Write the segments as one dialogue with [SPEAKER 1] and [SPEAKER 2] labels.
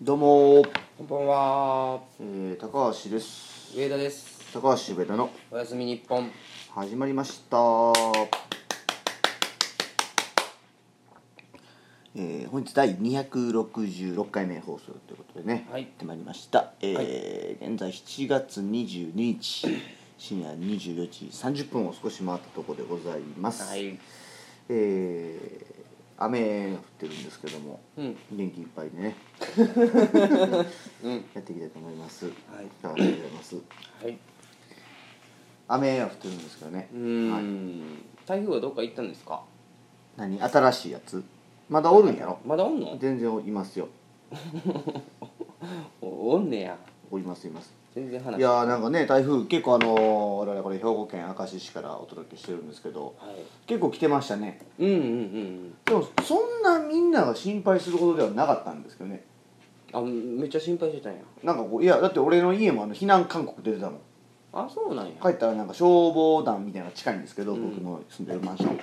[SPEAKER 1] どうもー、
[SPEAKER 2] こんばんは
[SPEAKER 1] えー高橋です
[SPEAKER 2] 上田です
[SPEAKER 1] 高橋上田の
[SPEAKER 2] おやすみ日本
[SPEAKER 1] 始まりましたーえー本日第266回目放送ということでね、
[SPEAKER 2] はい
[SPEAKER 1] やってまいりました、えー現在7月22日深夜24時30分を少し回ったところでございます、
[SPEAKER 2] はい
[SPEAKER 1] えー雨が降ってるんですけども、
[SPEAKER 2] うん
[SPEAKER 1] 元気いっぱいでね、
[SPEAKER 2] うん
[SPEAKER 1] やっていきたいと思います、
[SPEAKER 2] はい
[SPEAKER 1] 高橋でございます
[SPEAKER 2] はい
[SPEAKER 1] 雨が降ってるんですけどね
[SPEAKER 2] うーん、
[SPEAKER 1] はい
[SPEAKER 2] 台風はどっか行ったんですか
[SPEAKER 1] 何新しいやつまだおるんやろ
[SPEAKER 2] まだおんの
[SPEAKER 1] 全然いますよ
[SPEAKER 2] おおんねや
[SPEAKER 1] おいますいます
[SPEAKER 2] 全然話
[SPEAKER 1] いやーなんかね台風結構あのー我々これ兵庫県明石市からお届けしてるんですけど
[SPEAKER 2] はい
[SPEAKER 1] 結構来てましたね
[SPEAKER 2] うんうんうん
[SPEAKER 1] でもそんなみんなが心配するほどではなかったんですけどね
[SPEAKER 2] あめっちゃ心配してたんや
[SPEAKER 1] なんかこういやだって俺の家もあの避難勧告出てたもん
[SPEAKER 2] あそうなんや
[SPEAKER 1] 帰ったらなんか消防団みたいなのが近いんですけど、
[SPEAKER 2] うん
[SPEAKER 1] 僕の住んでるマンション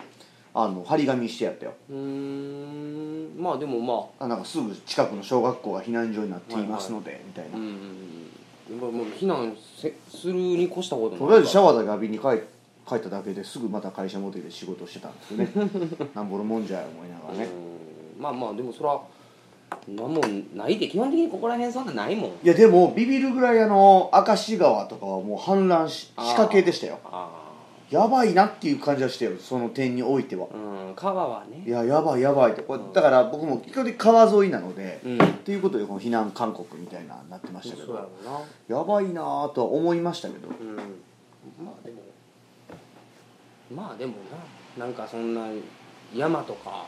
[SPEAKER 1] あの張り紙してやったよ
[SPEAKER 2] うーんまあでもま
[SPEAKER 1] あなんかすぐ近くの小学校が避難所になっていますので、みたい
[SPEAKER 2] あう
[SPEAKER 1] な、
[SPEAKER 2] んうんうんまあもう避難せするに越したことない
[SPEAKER 1] とりあえずシャワーだけ浴びに帰帰っただけですぐまた会社戻って仕事してたんですよね なんぼのもんじゃ思いながらね、
[SPEAKER 2] うんまあまあでもそらなんもないで基本的にここら辺そんなないもん
[SPEAKER 1] いやでもビビるぐらいあの明石川とかはもう氾濫し仕
[SPEAKER 2] あー
[SPEAKER 1] 掛けでしたよ
[SPEAKER 2] あ
[SPEAKER 1] やばいなっていう感じはしてよその点においては
[SPEAKER 2] あうん香川
[SPEAKER 1] い
[SPEAKER 2] ね
[SPEAKER 1] ややばいやばいってこれだから僕も基本的に川沿いなので、
[SPEAKER 2] うん
[SPEAKER 1] ということでこの避難勧告みたいなのになってましたけ
[SPEAKER 2] そうや
[SPEAKER 1] ど
[SPEAKER 2] ろな
[SPEAKER 1] やばいなぁとは思いましたけど
[SPEAKER 2] うんまあでもまあでもななんかそんな山とか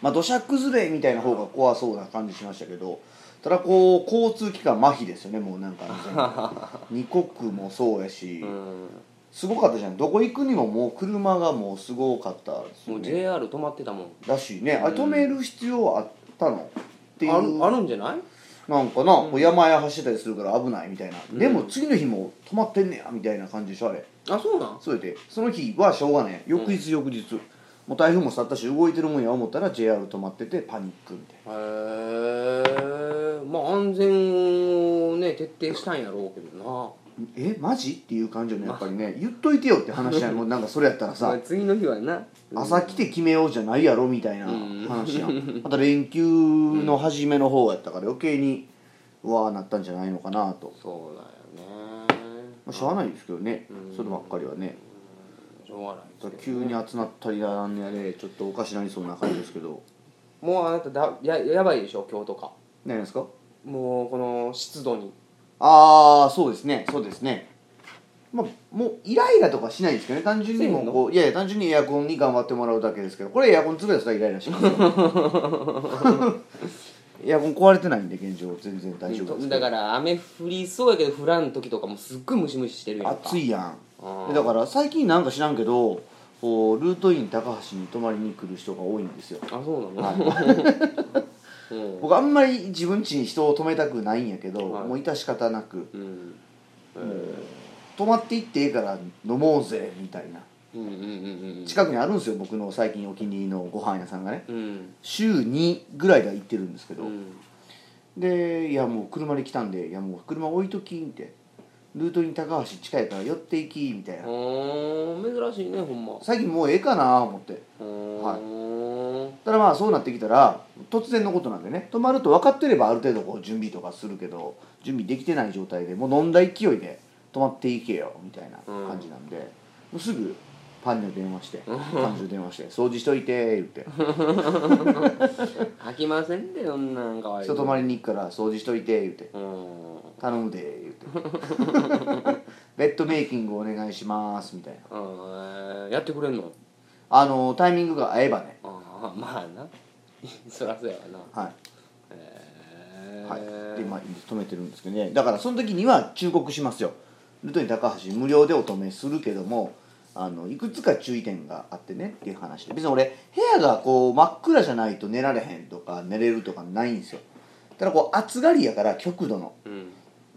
[SPEAKER 1] まあ土砂崩れみたいな方が怖そうな感じしましたけどただこう交通機関麻痺ですよねもうなんか 全部二国もそうやし、
[SPEAKER 2] うん
[SPEAKER 1] すごかったじゃんどこ行くにももう車がもうすごかったです
[SPEAKER 2] も
[SPEAKER 1] よ
[SPEAKER 2] う
[SPEAKER 1] ね
[SPEAKER 2] JR 止まってたもんっ
[SPEAKER 1] だしねあれ止める必要あったのっていう
[SPEAKER 2] あるあるんじゃない
[SPEAKER 1] なんかな、こう山や走ってたりするから危ないみたいな、
[SPEAKER 2] うん
[SPEAKER 1] でも次の日も止まってんねやみたいな感じでしょあれ
[SPEAKER 2] あそうなん
[SPEAKER 1] それでその日はしょうがない翌日翌日、もう台風も去ったし動いてるもんや思ったら JR 止まっててパニックみたい
[SPEAKER 2] へえまあ安全をね徹底したんやろうけど
[SPEAKER 1] なえマジっていう感じよねやっぱりね言っといてよって話 やんもうなんかそれやったら
[SPEAKER 2] な
[SPEAKER 1] さ
[SPEAKER 2] まあ次の日はな
[SPEAKER 1] 朝来て決めようじゃないやろみたいな
[SPEAKER 2] うん
[SPEAKER 1] 話や んまた連休の初めの方やったから余計にうわーなったんじゃないのかなと、
[SPEAKER 2] そうだよね
[SPEAKER 1] まあ、しゃあないですけどね
[SPEAKER 2] うん
[SPEAKER 1] そればっかりはね
[SPEAKER 2] しょうがないですけどね
[SPEAKER 1] 急に集まったりだなんやれちょっとおかしなりそうな感じですけど
[SPEAKER 2] もうあなただややばいでしょ今日とか
[SPEAKER 1] 何ですか
[SPEAKER 2] もうこの湿度に
[SPEAKER 1] ああそうですねそうですねまあもうイライラとかしないんですけどね単純にも
[SPEAKER 2] せ
[SPEAKER 1] う
[SPEAKER 2] ーの
[SPEAKER 1] こういやいや単純にエアコンに頑張ってもらうだけですけどこれエアコンつぶやつらイライラ しますよエアコン壊れてないんで現状全然大丈夫ですけ
[SPEAKER 2] だ
[SPEAKER 1] ど
[SPEAKER 2] から雨降りそうやけど降らん時とかもすっごいムシムシしてるやんか
[SPEAKER 1] 暑いや
[SPEAKER 2] あ
[SPEAKER 1] ん
[SPEAKER 2] ー
[SPEAKER 1] でだから最近なんか知らんけどこうルートイン高橋に泊まりに来る人が多いんですよ
[SPEAKER 2] あそうなの、 うん
[SPEAKER 1] 僕あんまり自分家に人を泊めたくないんやけど、
[SPEAKER 2] はい
[SPEAKER 1] もう致し方なく
[SPEAKER 2] うん
[SPEAKER 1] 泊まっていってええから飲もうぜみたいな
[SPEAKER 2] うんうんうんうん
[SPEAKER 1] 近くにあるんですよ僕の最近お気に入りのご飯屋さんがね
[SPEAKER 2] うん
[SPEAKER 1] 週2ぐらいでは行ってるんですけど、
[SPEAKER 2] うん
[SPEAKER 1] でいやもう車で来たんで「いやもう車置いとき」って「ルートに高橋近いから寄っていき」みたいな、
[SPEAKER 2] あ珍しいねほんま
[SPEAKER 1] 最近もうええかな思って
[SPEAKER 2] は
[SPEAKER 1] ただまあそうなってきたら突然のことなんでね泊まると分かってればある程度こう準備とかするけど準備できてない状態でもう飲んだ勢いで泊まっていけよみたいな感じなんで、もうすぐパンに電話して彼女に電話して「掃除しといて」言って
[SPEAKER 2] い飽きませんでそんなんかわいい
[SPEAKER 1] 人泊まりに行くから掃除しといて言うて
[SPEAKER 2] うんうん
[SPEAKER 1] 頼むで言うてベッドメイキングお願いしますみたいな
[SPEAKER 2] やってくれんの
[SPEAKER 1] あのタイミングが合えばね
[SPEAKER 2] ああまあなそらそうやわな
[SPEAKER 1] は
[SPEAKER 2] へ
[SPEAKER 1] い、
[SPEAKER 2] え
[SPEAKER 1] はい、でまあ止めてるんですけどねだからその時には忠告しますよルトに高橋無料でお止めするけどもあのいくつか注意点があってねっていう話で別に俺部屋がこう真っ暗じゃないと寝られへんとか寝れるとかないんですよただこう暑がりやから極度の
[SPEAKER 2] うん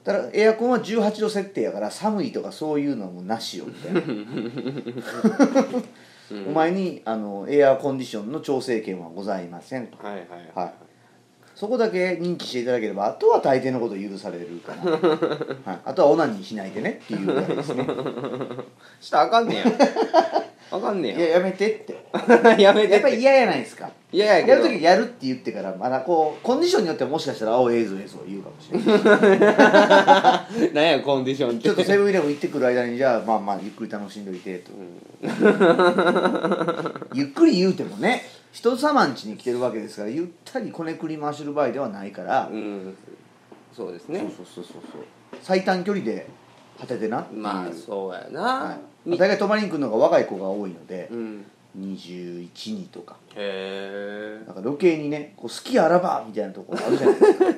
[SPEAKER 1] ただエアコンは18度設定やから寒いとかそういうのはもうなしよみたいなお前にあのエアコンディションの調整権はございませんと
[SPEAKER 2] はいはい
[SPEAKER 1] はそこだけ認知していただければあとは大抵のこと許されるかな、はい、あとはオナニーしないでねっていうぐらいですね
[SPEAKER 2] したらあかんねやあか ん
[SPEAKER 1] い
[SPEAKER 2] ね
[SPEAKER 1] ややめてって
[SPEAKER 2] ややめて
[SPEAKER 1] やっぱり嫌やないですか
[SPEAKER 2] いやや
[SPEAKER 1] や
[SPEAKER 2] け
[SPEAKER 1] る
[SPEAKER 2] ど
[SPEAKER 1] 時やるって言ってからまだこうコンディションによってはもしかしたら「青ええぞええぞ」言うかもしれない
[SPEAKER 2] なんやコンディションっ
[SPEAKER 1] ち
[SPEAKER 2] て
[SPEAKER 1] ょっとセブンイレブン行ってくる間にじゃあまあまあゆっくり楽しんどいてと、 ゆっくり言うてもね人様ん家に来てるわけですからゆったりこねくり回してる場合ではないから、
[SPEAKER 2] うんそうですね
[SPEAKER 1] そうそうそうそうそう最短距離で果ててなっていう
[SPEAKER 2] まあそうやな、
[SPEAKER 1] はい
[SPEAKER 2] み
[SPEAKER 1] 大概泊まりに来るのが若い子が多いので
[SPEAKER 2] う、ん
[SPEAKER 1] 21人とか
[SPEAKER 2] へえ
[SPEAKER 1] なんか余計にねこう好きあらばみたいなところあるじゃない ですか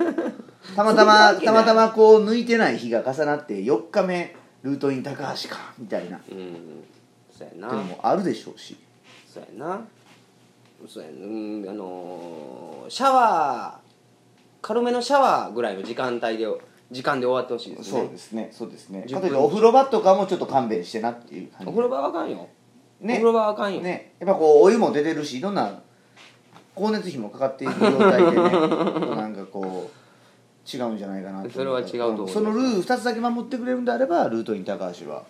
[SPEAKER 1] たまたま
[SPEAKER 2] そんなわけ
[SPEAKER 1] た
[SPEAKER 2] ない
[SPEAKER 1] またまこう抜いてない日が重なって4日目ルートイン高橋かみたいなっ
[SPEAKER 2] うんそうや
[SPEAKER 1] て
[SPEAKER 2] な
[SPEAKER 1] のもあるでしょうし
[SPEAKER 2] そうやなそうやなうんあのーシャワー軽めのシャワーぐらいの時間帯で時間で終わってほしいですね
[SPEAKER 1] そうですねそうですね
[SPEAKER 2] 10
[SPEAKER 1] かといってお風呂場とかもちょっと勘弁してなっていう感
[SPEAKER 2] お
[SPEAKER 1] じ
[SPEAKER 2] 風呂場はあかんよ、
[SPEAKER 1] ね
[SPEAKER 2] お風呂場はあかんよ、
[SPEAKER 1] ねやっぱこうお湯も出てるしいろんな光熱費もかかっている状態で ねなんかこう違うんじゃないかなと思う
[SPEAKER 2] それは違うと思います
[SPEAKER 1] そのルール2つだけ守ってくれるんであればルートイン高橋は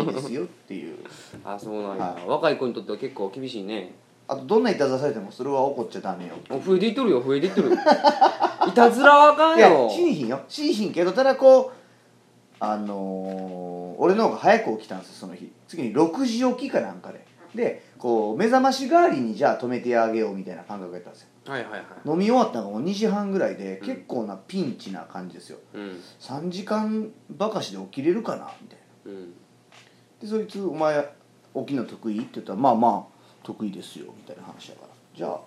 [SPEAKER 1] いいですよっていう
[SPEAKER 2] あそうなんや、
[SPEAKER 1] は
[SPEAKER 2] 若い子にとっては結構厳しいね
[SPEAKER 1] あとどんないたずらされてもそれは怒っちゃダメよ
[SPEAKER 2] お増えていっとるよ増えてい っとるいたずらはあかん
[SPEAKER 1] いや
[SPEAKER 2] よ
[SPEAKER 1] しんひんよしんひんけどただこうあのー俺の方が早く起きたんですよその日次に6時起きかなんかででこう目覚まし代わりにじゃあ止めてあげようみたいな感覚やったんですよ
[SPEAKER 2] はいはいはい
[SPEAKER 1] 飲み終わったのがもう2時半ぐらいで結構なピンチな感じですよ、
[SPEAKER 2] うん
[SPEAKER 1] 3時間ばかしで起きれるかなみたいな
[SPEAKER 2] うん
[SPEAKER 1] でそいつ「お前起きるの得意?」って言ったら「まあまあ得意ですよ」みたいな話だからじゃあ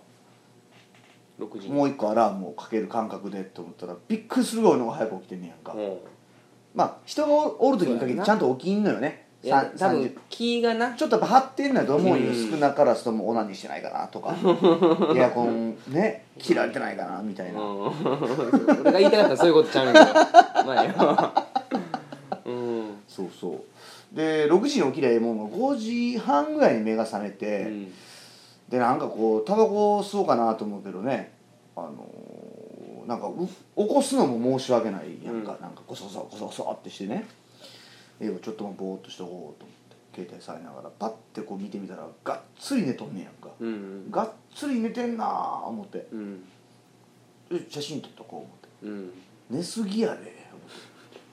[SPEAKER 2] 6時に
[SPEAKER 1] もう一個アラームをかける感覚でと思ったらびっくりするぐらいのが早く起きてんねやんか、
[SPEAKER 2] うん
[SPEAKER 1] まあ人がおおる時に限りちゃんと起きんのよね
[SPEAKER 2] いや
[SPEAKER 1] さん
[SPEAKER 2] 多
[SPEAKER 1] 30
[SPEAKER 2] 分気がな
[SPEAKER 1] ちょっとやっぱ張ってんのやと思うよ、
[SPEAKER 2] うん
[SPEAKER 1] 少なからずともオナニーしてないかなとか エアコンね切られてないかなみたいな、
[SPEAKER 2] うん 俺が言いたかったらそういうことちゃうんやけどまあいいわうん
[SPEAKER 1] そうそうで6時に起きりゃええもんが5時半ぐらいに目が覚めて、
[SPEAKER 2] うん
[SPEAKER 1] でなんかこうタバコを吸おうかなと思うけどねあのーなんかう起こすのも申し訳ないやんか、
[SPEAKER 2] うん
[SPEAKER 1] なんかこそこそこそこそってしてねええちょっともうぼーっとしておこうと思って携帯されながらパッてこう見てみたらがっつり寝とんねやんか、
[SPEAKER 2] うん
[SPEAKER 1] がっつり寝てんなあ思って
[SPEAKER 2] うん
[SPEAKER 1] え写真撮っとこう思って
[SPEAKER 2] うん
[SPEAKER 1] 寝すぎや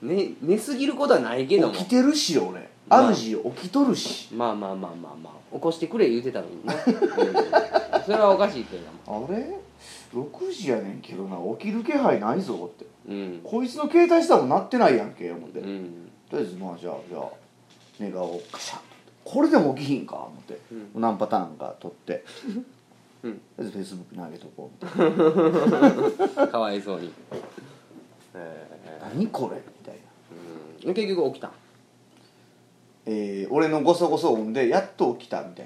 [SPEAKER 1] で
[SPEAKER 2] ね寝すぎることはないけども
[SPEAKER 1] 起きてるし俺
[SPEAKER 2] まあ
[SPEAKER 1] 主起きとるし
[SPEAKER 2] まあまあまあまあまあ起こしてくれ言うてたのになうんそれはおかしいけども
[SPEAKER 1] あれ6時やねんけどな起きる気配ないぞって
[SPEAKER 2] うん
[SPEAKER 1] こいつの携帯したもなってないやんけ思って、
[SPEAKER 2] う
[SPEAKER 1] とり
[SPEAKER 2] ん
[SPEAKER 1] あえずまあじゃあじゃあ寝顔をカシャッとこれでも起きひんか思って、
[SPEAKER 2] う
[SPEAKER 1] 何パターンか撮ってと
[SPEAKER 2] うん
[SPEAKER 1] りあえずフェイスブックに上げとこうみたい
[SPEAKER 2] かわいそうにえ
[SPEAKER 1] な何これみたいな、
[SPEAKER 2] ーうん結局起きたん
[SPEAKER 1] えー俺のゴソゴソ音でやっと起きたみたい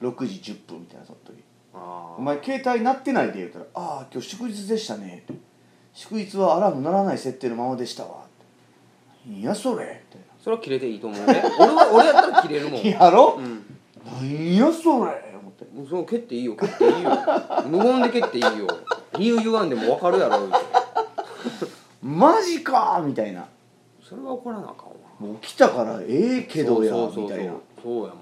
[SPEAKER 1] な6時10分みたいなその時
[SPEAKER 2] あ
[SPEAKER 1] お前携帯鳴ってないで言うたら「ああ今日祝日でしたね」って「祝日はアラーム鳴らない設定のままでしたわ」って「いやそれ」み
[SPEAKER 2] それは切れていいと思うね俺は俺やったら切れるもん
[SPEAKER 1] たいな「やろ
[SPEAKER 2] うん
[SPEAKER 1] なんやそれ」思って
[SPEAKER 2] もうその蹴っていいよ蹴っていいよ無言で蹴っていいよ理由言わんでも分かるやろ
[SPEAKER 1] 「マジか!」みたいな
[SPEAKER 2] それは怒らなあかんわ
[SPEAKER 1] 「もう起きたからええけどや
[SPEAKER 2] そう」そう
[SPEAKER 1] み
[SPEAKER 2] そ
[SPEAKER 1] た
[SPEAKER 2] うそう
[SPEAKER 1] いな
[SPEAKER 2] そうやもん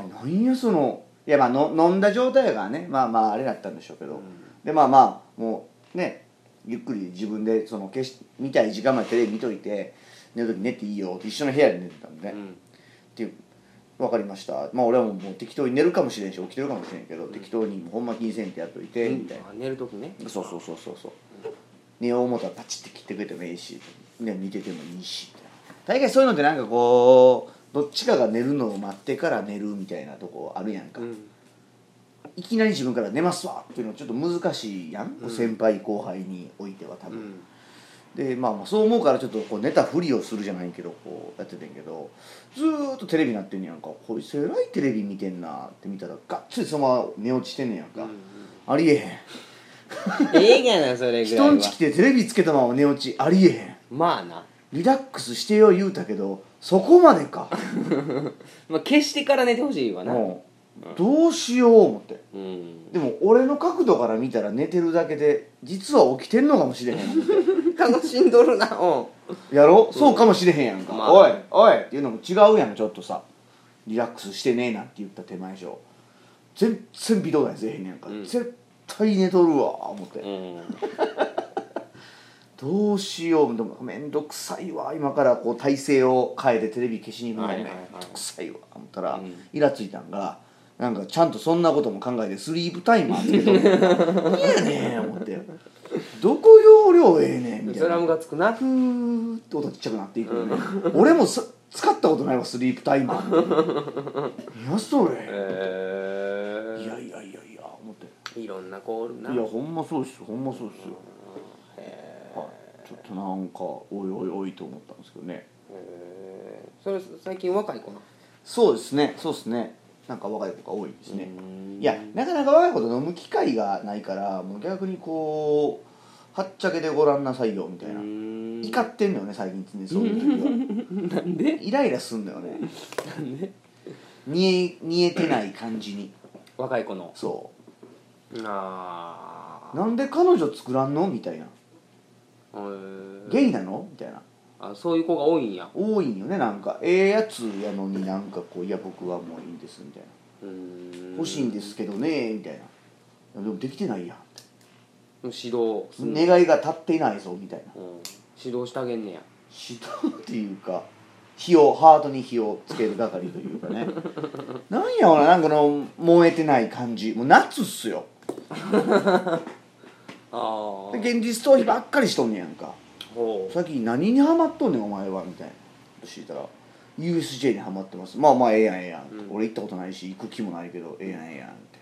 [SPEAKER 1] 「まあ、なんやその」いやまあの飲んだ状態やからねまあまああれだったんでしょうけど、でまあまあもうねゆっくり自分でその消し見たい時間までテレビ見といて寝る時寝ていいよって一緒の部屋で寝てたんで、ね
[SPEAKER 2] うん
[SPEAKER 1] っていう分かりましたまあ俺はもうもう適当に寝るかもしれんし起きてるかもしれんけど、適当にもうほんま金銭ってやっといて、みたい
[SPEAKER 2] あ寝る時ね
[SPEAKER 1] なそうそうそうそうそう寝よう思ったらパチって切ってくれてもいいし、ね、見ててもいいしみたいな大概そういうのってなんかこうどっちかが寝るのを待ってから寝るみたいなとこあるやんか、
[SPEAKER 2] うん
[SPEAKER 1] いきなり自分から寝ますわっていうのはちょっと難しいやん、先輩後輩においては多
[SPEAKER 2] う
[SPEAKER 1] 分、
[SPEAKER 2] ん
[SPEAKER 1] でまあ、まあそう思うからちょっとこう寝たふりをするじゃないけどこうやっててんけどずーっとテレビなってんねやんかこいつえらいテレビ見てんなって見たらがっつりそのまま寝落ちしてんねやんか、ありえへん
[SPEAKER 2] ええがなそれぐら
[SPEAKER 1] 人
[SPEAKER 2] い
[SPEAKER 1] んち来
[SPEAKER 2] は
[SPEAKER 1] てテレビつけたまま寝落ちありえへん
[SPEAKER 2] まあな、
[SPEAKER 1] リラックスしてよ言うたけどそこまでか
[SPEAKER 2] まあ、消してから寝てほしいわな
[SPEAKER 1] もうどうしよう思って
[SPEAKER 2] うん
[SPEAKER 1] でも俺の角度から見たら寝てるだけで実は起きてんのかもしれへん
[SPEAKER 2] 楽しんどるなうん
[SPEAKER 1] やろ、そうかもしれへんやんか、
[SPEAKER 2] まあ
[SPEAKER 1] おいおいっていうのも違うやんちょっとさリラックスしてねえなんて言った手前でしょ全然微動だにせえへんねやんか、
[SPEAKER 2] うん
[SPEAKER 1] 絶対寝とるわ思って、
[SPEAKER 2] うん
[SPEAKER 1] どうしようでもめんどくさいわ今からこう体勢を変えてテレビ消しに行くのが
[SPEAKER 2] はい
[SPEAKER 1] めん
[SPEAKER 2] はいはい
[SPEAKER 1] どくさいわ思ったら、
[SPEAKER 2] うん
[SPEAKER 1] イラついたんがなんかちゃんとそんなことも考えてスリープタイマーつけとる いやねん思ってどこ容量ええねんみた
[SPEAKER 2] そ
[SPEAKER 1] い
[SPEAKER 2] れ
[SPEAKER 1] な
[SPEAKER 2] はムカつくな
[SPEAKER 1] ふーって音ちっちゃくなっていくよね、俺もさ使ったことないわスリープタイマー いやそれ、
[SPEAKER 2] え
[SPEAKER 1] いや
[SPEAKER 2] ー
[SPEAKER 1] いやいやいや思って
[SPEAKER 2] いろんな子おるない
[SPEAKER 1] やほんまそうですよほんまそうですよはいちょっとなんかおいおいおいと思ったんですけどね
[SPEAKER 2] えーそれ最近若い子な
[SPEAKER 1] そうですねそうですねなんか若い子が多いですね
[SPEAKER 2] うん
[SPEAKER 1] いやなかなか若い子と飲む機会がないからもう逆にこうはっちゃけでごらんなさいよみたいな
[SPEAKER 2] うん
[SPEAKER 1] 怒ってんのよね最近 常にそういう時は
[SPEAKER 2] なんで
[SPEAKER 1] イライラすんのよね
[SPEAKER 2] なんで
[SPEAKER 1] 煮え煮えてない感じに
[SPEAKER 2] 若い子の
[SPEAKER 1] そ
[SPEAKER 2] あ
[SPEAKER 1] うなんで彼女作らんのみたいな
[SPEAKER 2] あ
[SPEAKER 1] ゲイなのみたいな
[SPEAKER 2] あそういう子が多いんや
[SPEAKER 1] 多いんよねなんかええやつやのになんかこういや僕はもういいんですみたいな欲
[SPEAKER 2] 欲
[SPEAKER 1] しいんですけどねみたいなでもできてないやん
[SPEAKER 2] 指導すんの
[SPEAKER 1] 願いが立っていないぞみたいな
[SPEAKER 2] うん指導してあげんねや
[SPEAKER 1] 指導っていうか火をハートに火をつける係というかねなんやろななんかの燃えてない感じもう夏っすよ
[SPEAKER 2] ああ
[SPEAKER 1] で現実逃避ばっかりしとんねやんか
[SPEAKER 2] ほ
[SPEAKER 1] さっき何にハマっとんねんお前はみたいなこと聞いたら USJ にハマってますまあまあええやんええやん、
[SPEAKER 2] うん
[SPEAKER 1] 俺行ったことないし行く気もないけどええやんええやんって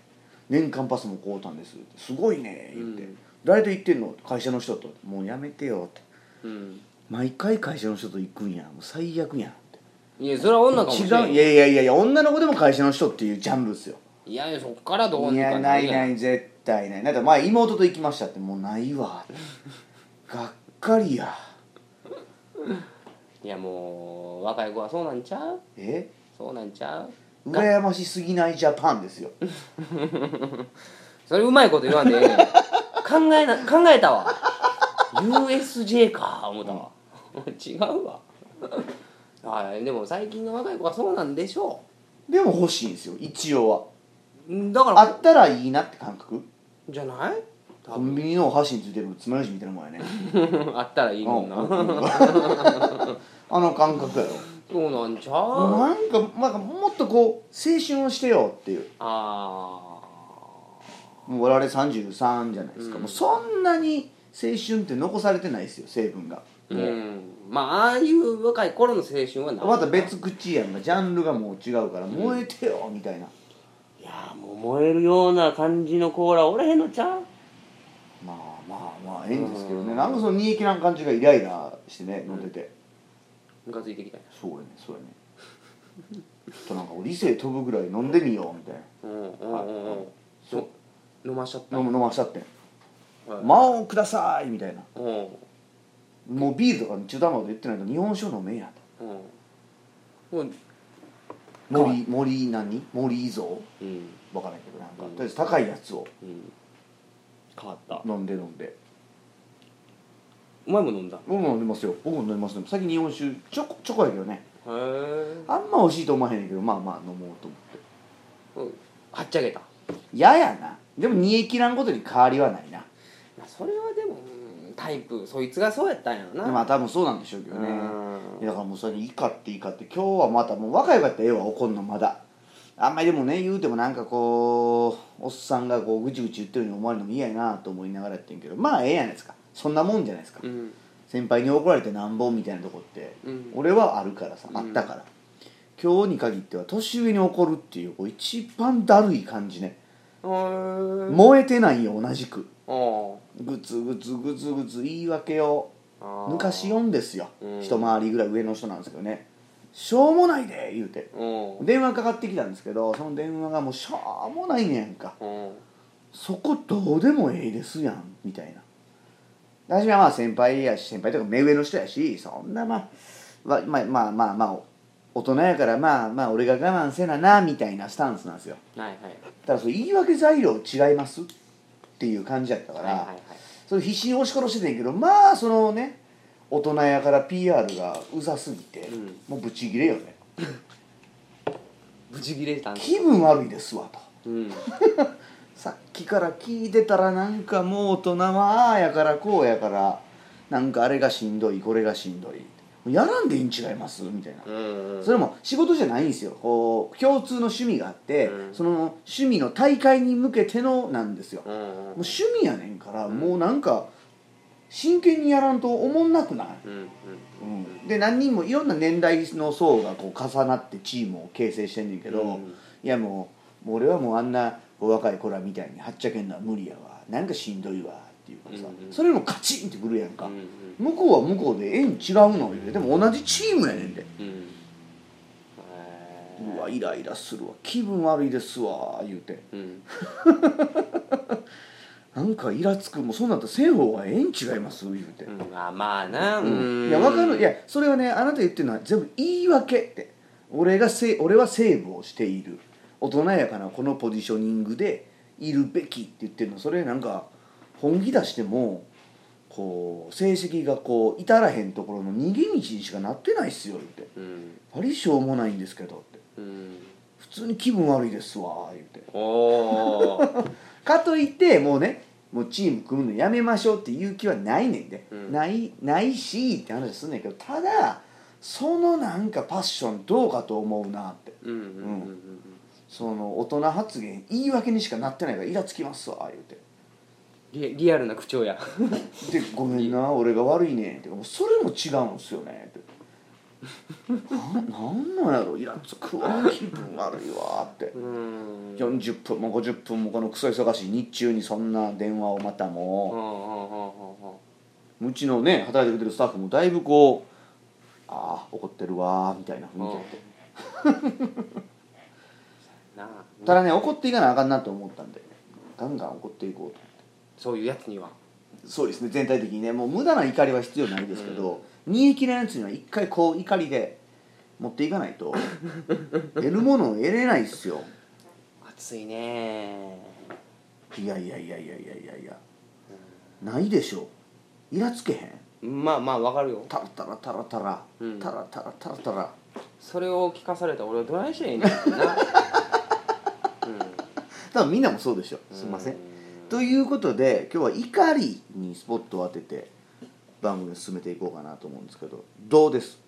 [SPEAKER 1] 年間パスも買うたんですってすごいね言って、
[SPEAKER 2] うん
[SPEAKER 1] 誰と行ってんの会社の人ともうやめてよって
[SPEAKER 2] ううん
[SPEAKER 1] 毎回会社の人と行くんやもう最悪やんって
[SPEAKER 2] いやそれは女かもし
[SPEAKER 1] 違
[SPEAKER 2] れな
[SPEAKER 1] う
[SPEAKER 2] い
[SPEAKER 1] いやいやいやいや女の子でも会社の人っていうジャンルですよ
[SPEAKER 2] いやいやそっからどう
[SPEAKER 1] い
[SPEAKER 2] に
[SPEAKER 1] や
[SPEAKER 2] か
[SPEAKER 1] ないない絶対ないだって前妹と行きましたってもうないわってがっかりや
[SPEAKER 2] いやもう若い子はそうなんちゃう
[SPEAKER 1] え
[SPEAKER 2] そうなんちゃう
[SPEAKER 1] 羨ましすぎないジャパンですよ
[SPEAKER 2] それうまいこと言わんで ええねん考えな考えたわ USJ か思ったわ違うわあでも最近の若い子はそうなんでしょ
[SPEAKER 1] でも欲しいんですよ一応は
[SPEAKER 2] うんだから
[SPEAKER 1] あったらいいなって感覚
[SPEAKER 2] じゃない 多
[SPEAKER 1] コ
[SPEAKER 2] 分
[SPEAKER 1] ンビニのお箸についてるつまようじみたいなもんやね
[SPEAKER 2] あったらいいもん
[SPEAKER 1] う
[SPEAKER 2] な
[SPEAKER 1] あの感覚やろ
[SPEAKER 2] そうなんちゃ
[SPEAKER 1] もう
[SPEAKER 2] う
[SPEAKER 1] なんかなんかもっとこう青春をしてよっていう
[SPEAKER 2] あ
[SPEAKER 1] もう我々33じゃないですか、
[SPEAKER 2] うん
[SPEAKER 1] もうそんなに青春って残されてないですよ成分が、
[SPEAKER 2] ーうんまあああいう若い頃の青春はない
[SPEAKER 1] また別口やんかジャンルがもう違うから燃えてよみたいな、
[SPEAKER 2] いやーもう燃えるような感じのコーラおらへんのちゃう
[SPEAKER 1] まあまあまあええんですけどね、
[SPEAKER 2] うん
[SPEAKER 1] なんかその煮え切らん感じがイライラしてね飲んでて、
[SPEAKER 2] ムカついてきたんや
[SPEAKER 1] そうやねそうやねちょっとなんか理性飛ぶぐらい飲んでみようみたい
[SPEAKER 2] うんうんうんうん
[SPEAKER 1] そう
[SPEAKER 2] の飲ましちゃった
[SPEAKER 1] な飲む飲ましちゃって
[SPEAKER 2] はい
[SPEAKER 1] 「魔王ください」みたいな
[SPEAKER 2] うん
[SPEAKER 1] もうビールとか中途半端で言ってないと日本酒飲めんやと
[SPEAKER 2] うんもは
[SPEAKER 1] 森森何森伊蔵
[SPEAKER 2] ううん
[SPEAKER 1] わからんけどなんか、
[SPEAKER 2] うん
[SPEAKER 1] とりあえず高いやつを
[SPEAKER 2] うん変わった
[SPEAKER 1] 飲んで飲んで
[SPEAKER 2] お前も飲んだへ
[SPEAKER 1] 僕も飲んでますよ僕も飲みますね最近日本酒ちょこちょこやけどね
[SPEAKER 2] え
[SPEAKER 1] あんま美味しいと思わへんねんけどまあまあ飲もうと思って
[SPEAKER 2] はっちゃけた
[SPEAKER 1] 嫌やなでも煮え切らんことに変わりはないな
[SPEAKER 2] まあそれはでもうんタイプそいつがそうやったんやろな
[SPEAKER 1] でまあ多分そうなんでしょうけどね
[SPEAKER 2] うん
[SPEAKER 1] いやだからもうそれに怒って怒って今日はまたもう若い子やったらええわ怒んのまだあんまりでもね言うてもなんかこうおっさんがこうぐちぐち言ってるように思われるのも嫌やなと思いながらやってんけどまあええやないですかそんなもんじゃないですか、
[SPEAKER 2] うん
[SPEAKER 1] 先輩に怒られてなんぼみたいなとこって、
[SPEAKER 2] うん
[SPEAKER 1] 俺はあるからさあったから、今日に限っては年上に怒るっていうこう一番だるい感じね
[SPEAKER 2] うん
[SPEAKER 1] 燃えてないよ同じく
[SPEAKER 2] あ
[SPEAKER 1] ぐつぐつぐつぐつ言い訳を
[SPEAKER 2] あ
[SPEAKER 1] 抜かしよんですよ、
[SPEAKER 2] うん
[SPEAKER 1] 一回りぐらい上の人なんですけどね「しょうもないで」言うて
[SPEAKER 2] うんうん
[SPEAKER 1] 電話かかってきたんですけどその電話がもうしょうもないねんかそこどうでもええですやんみたいな私はまあ先輩やし先輩とか目上の人やしそんなまあわまあまあまあまあ大人やからまあまあ俺が我慢せななみたいなスタンスなんですよ
[SPEAKER 2] はいはい
[SPEAKER 1] ただそれ言い訳材料違いますっていう感じやったから、
[SPEAKER 2] はいはいはい
[SPEAKER 1] それ必死に押し殺してたんやけどまあそのね大人やから PR がうざすぎて、
[SPEAKER 2] うん
[SPEAKER 1] もうブチギレよね
[SPEAKER 2] ブチギレたんです
[SPEAKER 1] 気分悪いですわと
[SPEAKER 2] うん
[SPEAKER 1] さっきから聞いてたらなんかもう大人はああやからこうやからなんかあれがしんどいこれがしんどいやらんでいいん違いますみたいな、
[SPEAKER 2] うんうん
[SPEAKER 1] それも仕事じゃないんですよこう共通の趣味があって、
[SPEAKER 2] うん
[SPEAKER 1] その趣味の大会に向けてのなんですよ、
[SPEAKER 2] う
[SPEAKER 1] もうん
[SPEAKER 2] うん
[SPEAKER 1] 趣味やねんから、もうなんか真剣にやらんと思んなくない、
[SPEAKER 2] うん
[SPEAKER 1] うんで何人もいろんな年代の層がこう重なってチームを形成してんねんけど、
[SPEAKER 2] うん
[SPEAKER 1] いやもうもう俺はもうあんなこう若い子らみたいにはっちゃけんのは無理やわなんかしんどいわっていうからさ、
[SPEAKER 2] うんうん
[SPEAKER 1] それもカチンってくるやんか、
[SPEAKER 2] うん
[SPEAKER 1] 向こうは向こうで縁違うのよでも同じチームやねんで、
[SPEAKER 2] うんうん
[SPEAKER 1] う
[SPEAKER 2] へー
[SPEAKER 1] わイライラするわ気分悪いですわ言うて
[SPEAKER 2] うん
[SPEAKER 1] なんかイラつくもうそうなったらせん方がええん違います言うて、
[SPEAKER 2] うんあまあなうん
[SPEAKER 1] いやわかるいやそれはねあなた言ってるのは全部言い訳って俺がせ俺はセーブをしている大人やからこのポジショニングでいるべきって言ってるのそれなんか本気出してもこう成績がこう至らへんところの逃げ道にしかなってないっすよって
[SPEAKER 2] うん
[SPEAKER 1] ありしょうもないんですけどって
[SPEAKER 2] うん
[SPEAKER 1] 普通に気分悪いですわ言うて
[SPEAKER 2] おお
[SPEAKER 1] かといってもうねもうチーム組むのやめましょうっていう気はないねんで、
[SPEAKER 2] うん
[SPEAKER 1] ないないしって話すんねんけどただそのなんかパッションどうかと思うなって
[SPEAKER 2] うんうんうんうん
[SPEAKER 1] その大人発言言い訳にしかなってないからイラつきますわ言うて
[SPEAKER 2] リリアルな口調や
[SPEAKER 1] で「ごめんな俺が悪いねん」って「もうそれも違うんすよね」って「ななんなんやろイラつくわ気分悪いわ」って
[SPEAKER 2] うんうん
[SPEAKER 1] 40分も50分もこのクソ忙しい日中にそんな電話をまたもう。うちのね働いてくれてるスタッフもだいぶこうああ怒ってるわーみたいな
[SPEAKER 2] うんうんうんうん
[SPEAKER 1] 雰囲気だっ
[SPEAKER 2] なあ
[SPEAKER 1] たただね怒っていかなあかんなと思ったんでガンガン怒っていこうと
[SPEAKER 2] そういうやつには
[SPEAKER 1] そうですね全体的にねもう無駄な怒りは必要ないですけど煮え切れないやつには一回こう怒りで持っていかない と得るものを得れないっすよ
[SPEAKER 2] 熱いね
[SPEAKER 1] いやいやいやいやいやいやいやないでしょイラつけへん
[SPEAKER 2] まあまあわかるよ
[SPEAKER 1] タラタラタラタラ
[SPEAKER 2] うん
[SPEAKER 1] タラタラタラタラ
[SPEAKER 2] それを聞かされた俺はどないしてええねん ってな
[SPEAKER 1] 多分みんなもそうでしょ
[SPEAKER 2] う
[SPEAKER 1] すいません
[SPEAKER 2] う
[SPEAKER 1] ということで今日は怒りにスポットを当てて番組を進めていこうかなと思うんですけどどうです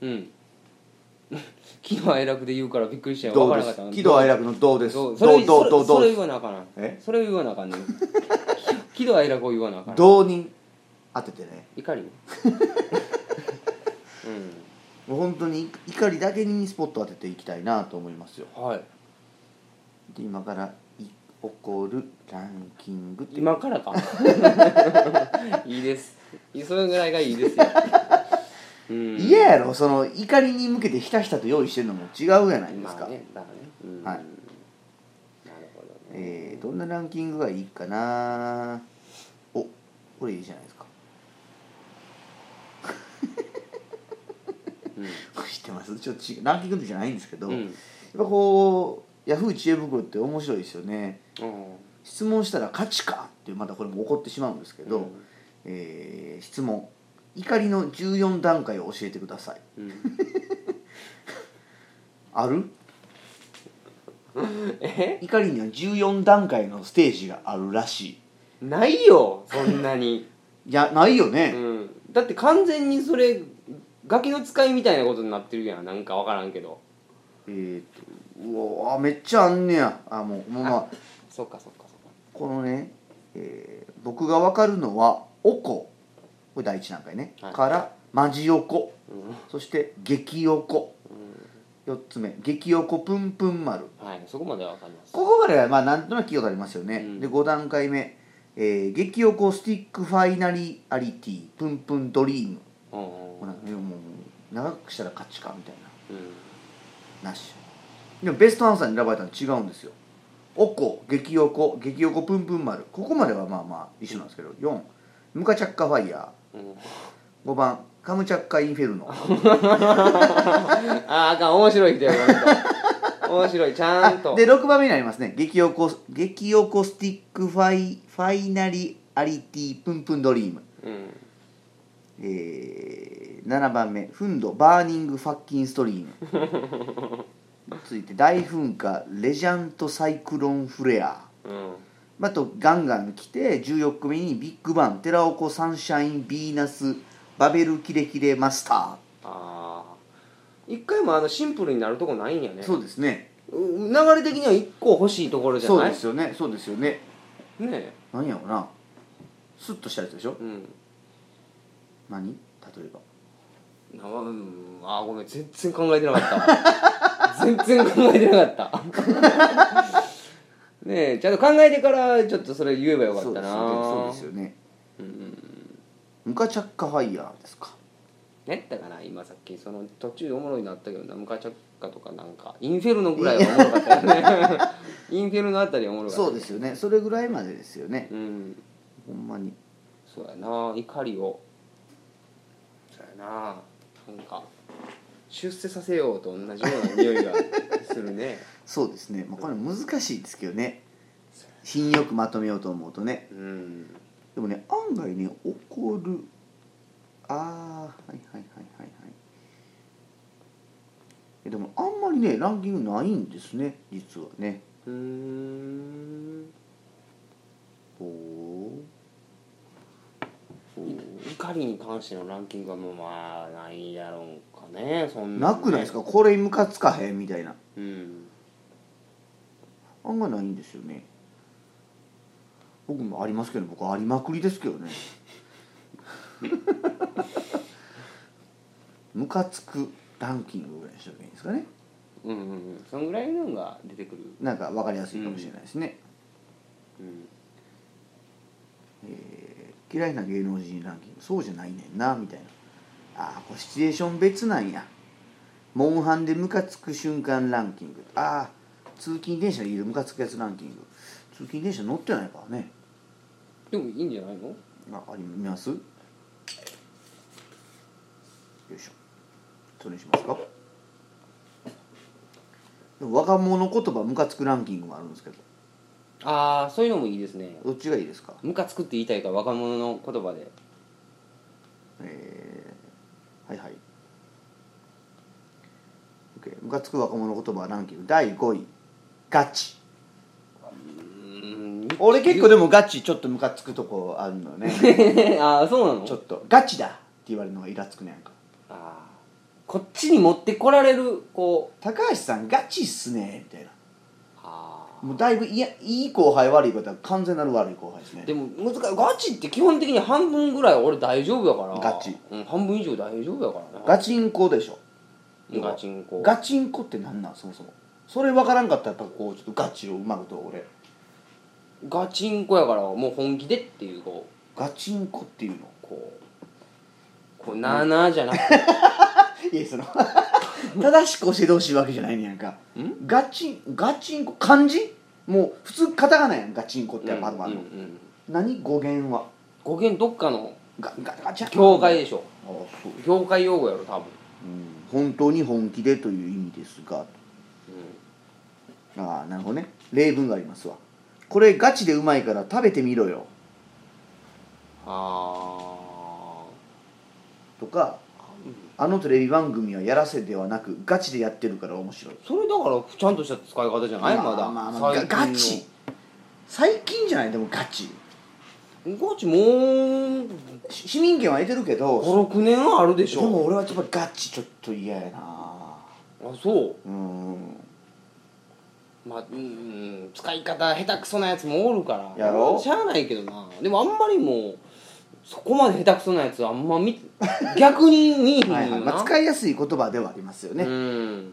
[SPEAKER 2] うん 喜怒哀楽で言うからびっくりしたよ
[SPEAKER 1] ど
[SPEAKER 2] 分
[SPEAKER 1] う
[SPEAKER 2] か
[SPEAKER 1] で
[SPEAKER 2] らなか
[SPEAKER 1] す
[SPEAKER 2] った
[SPEAKER 1] 喜怒哀楽のどうです
[SPEAKER 2] ど
[SPEAKER 1] ど
[SPEAKER 2] う
[SPEAKER 1] う
[SPEAKER 2] それ
[SPEAKER 1] どうどう
[SPEAKER 2] そ
[SPEAKER 1] ど
[SPEAKER 2] れ
[SPEAKER 1] う
[SPEAKER 2] 言わなあかんな
[SPEAKER 1] え
[SPEAKER 2] それを言わなあかんね ん喜怒哀楽を言わなあかん
[SPEAKER 1] どうに当ててね
[SPEAKER 2] 怒 り
[SPEAKER 1] もう本当に怒りだけにスポットを当てていきたいなと思いますよ
[SPEAKER 2] うんはい
[SPEAKER 1] で今からい怒るランキングって
[SPEAKER 2] 今か らかいいですいそれぐらいがいいですよ、うん、
[SPEAKER 1] 嫌やろその怒りに向けてひたひたと用意してるのも違うじゃないです
[SPEAKER 2] ま
[SPEAKER 1] か
[SPEAKER 2] あ、ねだからね、うん
[SPEAKER 1] はい
[SPEAKER 2] なるほどね
[SPEAKER 1] えーどんなランキングがいいかなおこれいいじゃないですかこれ知ってますちょっと違うランキングじゃないんですけど、
[SPEAKER 2] うん、う
[SPEAKER 1] やっ
[SPEAKER 2] ん
[SPEAKER 1] ぱこうヤフー知恵袋って面白いですよね
[SPEAKER 2] うん
[SPEAKER 1] 質問したら「勝ちか!」ってまたこれも怒ってしまうんですけど、
[SPEAKER 2] うん
[SPEAKER 1] えー質問怒りの14段階を教えてください
[SPEAKER 2] うん、
[SPEAKER 1] ある
[SPEAKER 2] え
[SPEAKER 1] 怒りには14段階のステージがあるらしい
[SPEAKER 2] ないよそんなに、
[SPEAKER 1] いやないよ
[SPEAKER 2] う
[SPEAKER 1] ね、
[SPEAKER 2] ん、だって完全にそれガキの使いみたいなことになってるやんなんか分からんけど
[SPEAKER 1] えーっとうわめっちゃあんねやあもうもうまあ
[SPEAKER 2] そっかそっかそっか
[SPEAKER 1] このね、えー僕が分かるのは「おこ」これ第一段階ね、
[SPEAKER 2] はい
[SPEAKER 1] から「まじおこ」
[SPEAKER 2] う
[SPEAKER 1] そして「激おこ」4つ目「激おこぷんぷん丸
[SPEAKER 2] んはいそこまでは分かります」
[SPEAKER 1] ここまではまあなんとなく聞いたことありますよね、
[SPEAKER 2] うん
[SPEAKER 1] で5段階目「えー激おこスティックファイナリアリティぷんぷんドリーム」
[SPEAKER 2] うん
[SPEAKER 1] もうなんかねもう長くしたら勝ちかみたい
[SPEAKER 2] うん
[SPEAKER 1] ななしでもベストアンサーに選ばれたの違うんですよ「おこ」「激おこ」「激おこぷんぷん丸」ここまではまあまあ一緒なんですけど4「ムカチャッカファイヤー」
[SPEAKER 2] うん
[SPEAKER 1] 5番「カムチャッカインフェルノ
[SPEAKER 2] あーあかん面白い人 やから面白いちゃん
[SPEAKER 1] あ
[SPEAKER 2] と
[SPEAKER 1] で6番目になりますね激おこ激おこスティックファイファイナリアリティプンプンドリーム
[SPEAKER 2] うん
[SPEAKER 1] えー7番目「フンドバーニングファッキンストリーム」続いて「大噴火レジャントサイクロンフレア
[SPEAKER 2] うん」
[SPEAKER 1] あとガンガン来て14組に「ビッグバン寺岡サンシャインビーナスバベルキレキレマスタ
[SPEAKER 2] ああ一回もあのシンプルになるとこないんや
[SPEAKER 1] ー」
[SPEAKER 2] ね
[SPEAKER 1] そうですね
[SPEAKER 2] う流れ的には一個欲しいところじゃ
[SPEAKER 1] そう
[SPEAKER 2] ない
[SPEAKER 1] ですよねそうですよね
[SPEAKER 2] ね
[SPEAKER 1] 何やろうなスッとしたやつでしょ
[SPEAKER 2] えうん
[SPEAKER 1] 何例えば
[SPEAKER 2] あうんあーごめん全然考えてなかった全然考えてなかった ねえちゃんと考えてからちょっとそれ言えばよかったな
[SPEAKER 1] そうですよねそうですよねムカチャッカファイヤーですか
[SPEAKER 2] ねだから今さっきその途中おもろいなったけどなムカチャッカとかなんかインフェルノぐらいはおもろか ったよねインフェルノあたりはおもろかった
[SPEAKER 1] そうですよねそれぐらいまでですよね
[SPEAKER 2] うん
[SPEAKER 1] ほんまに
[SPEAKER 2] そうやな怒りをそうやななんか出世させようと同じような匂いがするね
[SPEAKER 1] そうですね、まあ、これ難しいですけどね品よくまとめようと思うとね
[SPEAKER 2] うん
[SPEAKER 1] でもね案外ね怒るあーはいはいはいはいはいえでもあんまりねランキングないんですね実はね
[SPEAKER 2] うーん
[SPEAKER 1] ほうほう
[SPEAKER 2] 怒りに関してのランキングはもうまあないやろうかねそん
[SPEAKER 1] なくないですかこれムカつかへんみたいな
[SPEAKER 2] うん
[SPEAKER 1] 案外ないんですよね僕もありますけど僕ありまくりですけどね ムカつくランキングぐらいにしとけばいいんですかね
[SPEAKER 2] うんうんうんそんぐらいのが出てくる
[SPEAKER 1] なんか分かりやすいかもしれないですね、
[SPEAKER 2] うん
[SPEAKER 1] えー嫌いな芸能人ランキングそうじゃないねんなみたいなああこれシチュエーション別なんやモンハンでムカつく瞬間ランキングああ通勤電車にいるムカつくやつランキング通勤電車乗ってないからね
[SPEAKER 2] でもいいんじゃないの
[SPEAKER 1] あありますよいしょそれにしますかでも若者言葉ムカつくランキングもあるんですけど
[SPEAKER 2] ああそういうのもいいですね
[SPEAKER 1] どっちがいいですか
[SPEAKER 2] ムカつくって言いたいから若者の言葉 で
[SPEAKER 1] えー、はいはい OK ムカつく若者言葉ランキング第5位ガチ
[SPEAKER 2] うん
[SPEAKER 1] 俺結構でもガチちょっとムカつくとこあるのよね
[SPEAKER 2] ああそうなの
[SPEAKER 1] ちょっとガチだって言われるのがイラつくねやんか
[SPEAKER 2] ああこっちに持ってこられるこう
[SPEAKER 1] 高橋さんガチっすねみたいな
[SPEAKER 2] あ
[SPEAKER 1] もうだいぶいやいい後輩悪い方は完全なる悪い後輩ですね
[SPEAKER 2] あでも難しいガチって基本的に半分ぐらい俺大丈夫やから
[SPEAKER 1] ガチ、
[SPEAKER 2] うん、半分以上大丈夫やからな
[SPEAKER 1] ガチンコでしょ
[SPEAKER 2] うんガチンコ
[SPEAKER 1] ガチンコってなんなんそもそもそれ分からんかったらやっぱこうちょっとガチをうまくと俺
[SPEAKER 2] ガチンコやからもう本気でっていうこう
[SPEAKER 1] ガチンコっていうの
[SPEAKER 2] こうこうなあなあじゃなくて
[SPEAKER 1] いやその 正しく教えてほしいわけじゃないねやんかガチンガチンコ漢字もう普通カタカナやんガチンコってやっぱあの、
[SPEAKER 2] うんうんうん
[SPEAKER 1] 何語源は
[SPEAKER 2] 語源どっかの
[SPEAKER 1] ガガガチャ
[SPEAKER 2] 業界でしょ
[SPEAKER 1] ああそう、
[SPEAKER 2] 業界用語やろ多分
[SPEAKER 1] うん、本当に本気でという意味ですがああなるほどね例文がありますわこれガチでうまいから食べてみろよ
[SPEAKER 2] あ
[SPEAKER 1] とか
[SPEAKER 2] あうん
[SPEAKER 1] あのテレビ番組はやらせではなくガチでやってるから面白い
[SPEAKER 2] それだからちゃんとした使い方じゃないまだ
[SPEAKER 1] まあまあ
[SPEAKER 2] 最近の
[SPEAKER 1] ガガチ最近じゃないでもガチ
[SPEAKER 2] ガチもう
[SPEAKER 1] し市民権は得てるけど
[SPEAKER 2] 56年あるで
[SPEAKER 1] で
[SPEAKER 2] し
[SPEAKER 1] も
[SPEAKER 2] ょ
[SPEAKER 1] 俺はやっぱガチちょっと嫌やな
[SPEAKER 2] あそう
[SPEAKER 1] ーん
[SPEAKER 2] まあうんうん使い方下手くそなやつもおるから
[SPEAKER 1] やろ
[SPEAKER 2] しゃあないけどなでもあんまりもうそこまで下手くそなやつあんま見逆に見えへんよ な、
[SPEAKER 1] はいはいまあ、使いやすい言葉ではありますよね、
[SPEAKER 2] うん、うん、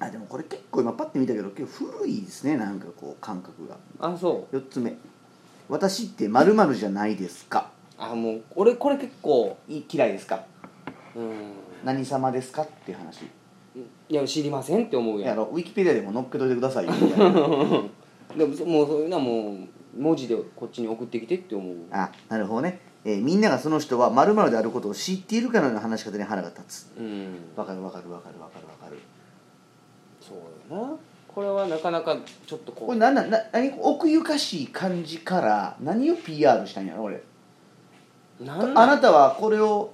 [SPEAKER 1] あでもこれ結構今パッて見たけど結構古いですねなんかこう感覚が
[SPEAKER 2] あそう
[SPEAKER 1] 4つ目「私ってまるじゃないですか
[SPEAKER 2] あもう俺これ結構
[SPEAKER 1] い嫌いですか
[SPEAKER 2] うん
[SPEAKER 1] 何様ですか?」っていう話
[SPEAKER 2] いや知りませんって思うや
[SPEAKER 1] や
[SPEAKER 2] ん
[SPEAKER 1] ろウィキペディアでも載っけといてくださいよみたいな
[SPEAKER 2] でもそもうそういうのはもう文字でこっちに送ってきてって思う
[SPEAKER 1] あなるほどね、ええーみんながその人は〇〇であることを知っているかのような話し方に腹が立つ
[SPEAKER 2] うん
[SPEAKER 1] わかるわかるわかるわかるわかる
[SPEAKER 2] そうやなこれはなかなかちょっと
[SPEAKER 1] こ
[SPEAKER 2] こう
[SPEAKER 1] れなんなんな何奥ゆかしい感じから何を PR したんやろ俺
[SPEAKER 2] なん
[SPEAKER 1] あ
[SPEAKER 2] なん
[SPEAKER 1] なたはこれを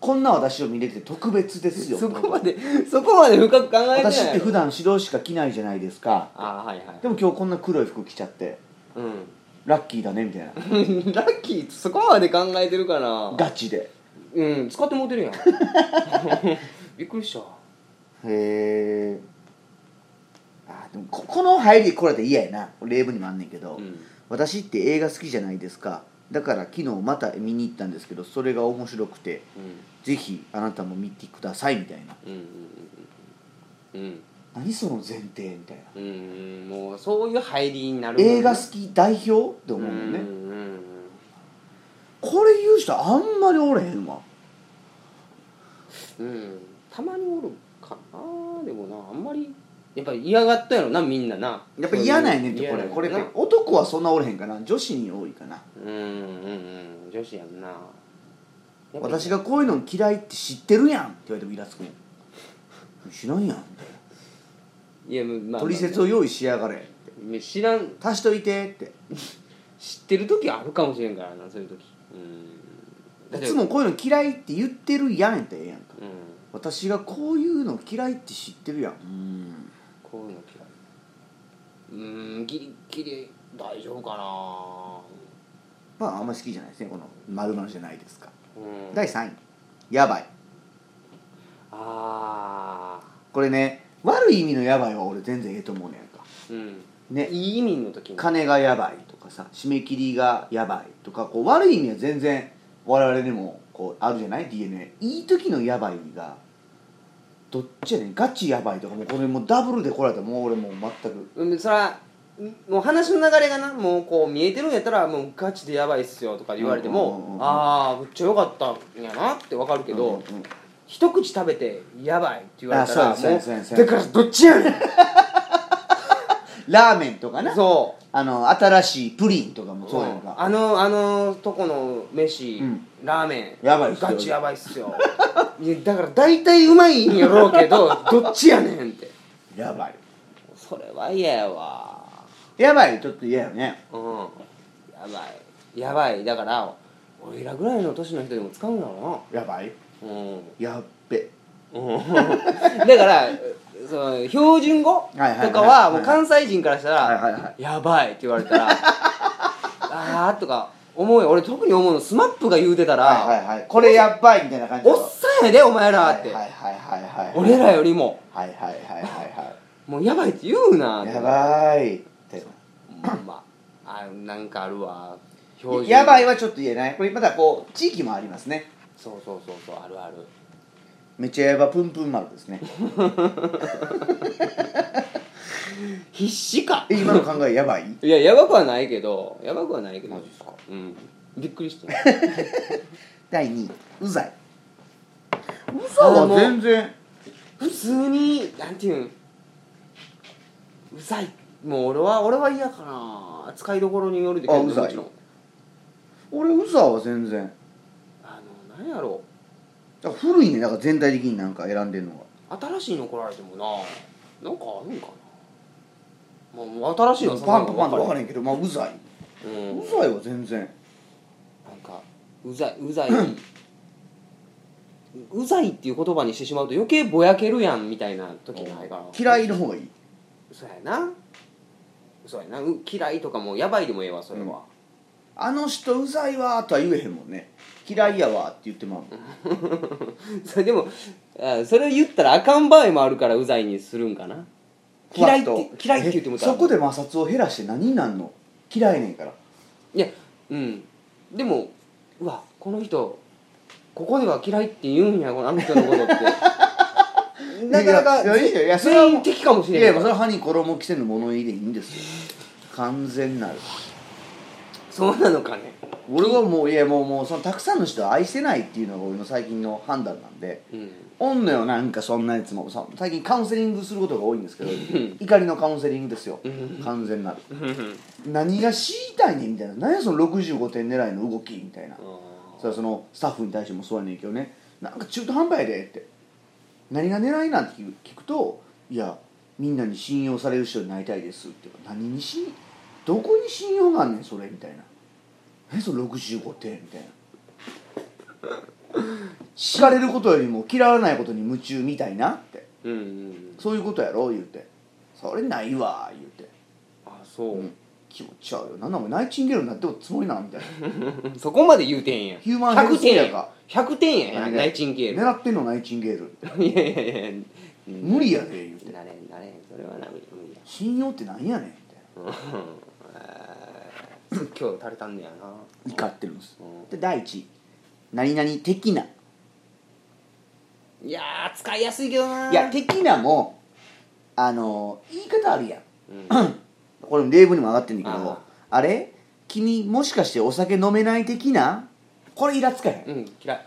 [SPEAKER 1] こんな私を見れて特別ですよ
[SPEAKER 2] そこまでそこまで深く考えてない
[SPEAKER 1] 私って普段白しか着ないじゃないですか
[SPEAKER 2] あーはいはい
[SPEAKER 1] でも今日こんな黒い服着ちゃって
[SPEAKER 2] う
[SPEAKER 1] ラッキーだねみたいなん
[SPEAKER 2] ラッキーそこまで考えてるかな
[SPEAKER 1] ガチで
[SPEAKER 2] うん使っても うてるやんびっくりした
[SPEAKER 1] へえあでもここの入りこれで嫌やな例文にもあんねんけど、
[SPEAKER 2] うん
[SPEAKER 1] 私って映画好きじゃないですかだから昨日また見に行ったんですけどそれが面白くて
[SPEAKER 2] う
[SPEAKER 1] ぜひあなたも見てくださいみたいなん
[SPEAKER 2] うんうんうん
[SPEAKER 1] 何その前提みたいな
[SPEAKER 2] うんうんもうそういう入りになる
[SPEAKER 1] 映画好き代表って思うもんね、
[SPEAKER 2] うんうんうん
[SPEAKER 1] これ言う人あんまりおれへんわ
[SPEAKER 2] うんたまにおるかなでもなあんまりやっぱり嫌がったやろなみんなな
[SPEAKER 1] やっぱ嫌なんやねんってこれこれ
[SPEAKER 2] 嫌なんやろ
[SPEAKER 1] 男はそんなおれへんかな女子に多いかな
[SPEAKER 2] なうんうんうん女子やんなやっぱ
[SPEAKER 1] 私がこういうの嫌いって知ってるやんって言われてもイラつくもん知らんやんみたい
[SPEAKER 2] いやまあま
[SPEAKER 1] な
[SPEAKER 2] あ
[SPEAKER 1] 取説を用意しやがれ
[SPEAKER 2] 知らん
[SPEAKER 1] 足しといてって
[SPEAKER 2] 知ってる時あるかもしれんからなそういう時うん
[SPEAKER 1] いつもこういうの嫌いって言ってるやんってええやんか
[SPEAKER 2] うん
[SPEAKER 1] 私がこういうの嫌いって知ってるやんうん
[SPEAKER 2] こういうの嫌いうーんギリギリ大丈夫かな
[SPEAKER 1] まああんまり好きじゃないですねこの「まるじゃないですか
[SPEAKER 2] うん
[SPEAKER 1] 第3位やばい
[SPEAKER 2] ああ
[SPEAKER 1] これね悪い意味のやばいは俺全然ええと思うねんか
[SPEAKER 2] うん
[SPEAKER 1] ね
[SPEAKER 2] いい意味の時に
[SPEAKER 1] 金がやばいとかさ締め切りがやばいとかこう悪い意味は全然我々にもこうあるじゃない DNA いい時のやばいがどっちやねんガチやばいとかもうこれもうダブルで来られたらもう俺もう全く
[SPEAKER 2] うんそらんもう話の流れがなもうこう見えてるんやったらもうガチでやばいっすよとか言われても、
[SPEAKER 1] うんうんうんうん
[SPEAKER 2] ああめっちゃよかったんやなってわかるけど、
[SPEAKER 1] うんうん
[SPEAKER 2] 一口食べてやばいって言われたら
[SPEAKER 1] あそうや
[SPEAKER 2] も
[SPEAKER 1] そうやそう
[SPEAKER 2] う
[SPEAKER 1] や
[SPEAKER 2] だからどっちやねん
[SPEAKER 1] ラーメンとかな
[SPEAKER 2] そ
[SPEAKER 1] あの新しいプリンとか
[SPEAKER 2] う
[SPEAKER 1] もそうやんか
[SPEAKER 2] あのあのとこの飯、
[SPEAKER 1] うん
[SPEAKER 2] ラーメン
[SPEAKER 1] やばいっすよ
[SPEAKER 2] ガチやばいっすよ いやだから大体うまいんやろうけど どっちやねんって
[SPEAKER 1] やばい
[SPEAKER 2] それは嫌やわ
[SPEAKER 1] やばいちょっと嫌よね
[SPEAKER 2] うんやばいやばいだから俺らぐらいの年の人でも使うんだろ
[SPEAKER 1] やばいう
[SPEAKER 2] なうん
[SPEAKER 1] やっべ
[SPEAKER 2] うん だからその標準語と
[SPEAKER 1] はいはいはい
[SPEAKER 2] かはもう関西人からした
[SPEAKER 1] はいはいは
[SPEAKER 2] ら「やばい」って言われたら 「ああ」とか思うよ俺特に思うのスマップが言うてた
[SPEAKER 1] はいはい
[SPEAKER 2] ら
[SPEAKER 1] はいこれやばいみたいな感
[SPEAKER 2] 「
[SPEAKER 1] じ
[SPEAKER 2] おっさんやでお前ら」って
[SPEAKER 1] はいはいはいはいはい
[SPEAKER 2] 俺らよりも
[SPEAKER 1] はいはいはいはいはい
[SPEAKER 2] 「もうやばい」って言うな
[SPEAKER 1] やばいって
[SPEAKER 2] ほんまあなんかあるわ
[SPEAKER 1] やばい
[SPEAKER 2] わ
[SPEAKER 1] はちょっと言えないこれまだこう地域もありますね
[SPEAKER 2] そうそうそうそうあるある
[SPEAKER 1] めちゃやばぷんぷん丸です ね
[SPEAKER 2] 必死か
[SPEAKER 1] え今の考えやばい
[SPEAKER 2] いややばくはないけどやばくはないけど
[SPEAKER 1] マジっすか
[SPEAKER 2] うんびっく りした
[SPEAKER 1] 第2位うざいう
[SPEAKER 2] ざは全
[SPEAKER 1] 然
[SPEAKER 2] 普通になんていうんうざいもう俺は俺は嫌かな使いどころによるで
[SPEAKER 1] あ
[SPEAKER 2] も
[SPEAKER 1] うざい
[SPEAKER 2] ちろん
[SPEAKER 1] 俺うざは全然
[SPEAKER 2] あのなんやろ
[SPEAKER 1] だから古いねだから全体的になんか選んでるのが
[SPEAKER 2] 新しいの来られてもななんかあるんかなまあ新しいのは
[SPEAKER 1] パンパンパンと分から
[SPEAKER 2] ん
[SPEAKER 1] へんけどまあうざい
[SPEAKER 2] うん
[SPEAKER 1] うざいは全然
[SPEAKER 2] なんかうざいうざいうざいっていう言葉にしてしまうと余計ぼやけるやんみたいな時ないかな
[SPEAKER 1] 嫌いの方がいい
[SPEAKER 2] そうやなそうやなう嫌いとかもやばいでもええわそれは、
[SPEAKER 1] あの人うざいわーとは言えへんもんね嫌いやわーって言ってまうもん
[SPEAKER 2] それでもあそれを言ったらあかん場合もあるからうざいにするんかな嫌いっ
[SPEAKER 1] ふわってと
[SPEAKER 2] 嫌いって言っても
[SPEAKER 1] え
[SPEAKER 2] たら
[SPEAKER 1] そこで摩擦を減らして何になんの嫌いねんから
[SPEAKER 2] いやうんでもうわこの人ここでは嫌いって言うんやあの人のことって なかなか
[SPEAKER 1] いやいやいやいやそれはもう
[SPEAKER 2] 全員的かもし
[SPEAKER 1] い
[SPEAKER 2] れ
[SPEAKER 1] やい
[SPEAKER 2] ん
[SPEAKER 1] や
[SPEAKER 2] か
[SPEAKER 1] そ
[SPEAKER 2] ら
[SPEAKER 1] れは歯に衣着せぬ物言いでいいんですよ完全なる
[SPEAKER 2] そうなのかね
[SPEAKER 1] 俺はもういやもうもうそのたくさんの人を愛せないっていうのが俺の最近の判断なんで
[SPEAKER 2] うん
[SPEAKER 1] おんのよなんかそんなやつもさ最近カウンセリングすることが多いんですけど
[SPEAKER 2] ん
[SPEAKER 1] 怒りのカウンセリングですよ
[SPEAKER 2] うん
[SPEAKER 1] 完全なる
[SPEAKER 2] うん
[SPEAKER 1] 何が知りたいねんみたいな何やその65点狙いの動きみたいなそしたらそのスタッフに対してもそうやねんけどねなんか中途半端やでって何が狙いなんて聞く聞くといやみんなに信用される人になりたいですって何にしどこに信用があんねんそれみたいなえそれ65点みたいな敷かれることよりも嫌われないことに夢中みたいなって
[SPEAKER 2] うんうんうん
[SPEAKER 1] そういうことやろ言うてそれないわ言うて
[SPEAKER 2] あそう、
[SPEAKER 1] 気持ち悪いよなんだお前ナイチンゲールになっておつもりなみたいな
[SPEAKER 2] そこまで言うてんや
[SPEAKER 1] ヒューマンヘル
[SPEAKER 2] 100
[SPEAKER 1] スケ
[SPEAKER 2] 点
[SPEAKER 1] ア
[SPEAKER 2] や
[SPEAKER 1] か
[SPEAKER 2] 100点や
[SPEAKER 1] 何が
[SPEAKER 2] ナイチンゲー
[SPEAKER 1] 狙ってんのナイチンゲール
[SPEAKER 2] ル いやいやいやうん
[SPEAKER 1] 無理やで言うて
[SPEAKER 2] なれんなれんそれはな無理無理や
[SPEAKER 1] 信用ってなんやねんみたい
[SPEAKER 2] うんえー 説教垂れたんねやな
[SPEAKER 1] な怒ってるんです
[SPEAKER 2] うん
[SPEAKER 1] で第一何々的ない
[SPEAKER 2] やー使いやすいけどない
[SPEAKER 1] や的なもあの言い方あるやん
[SPEAKER 2] うん
[SPEAKER 1] これ例文にも上がってんだけど
[SPEAKER 2] あ
[SPEAKER 1] あれ君もしかしてお酒飲めない的なこれイラつかへん
[SPEAKER 2] うん嫌い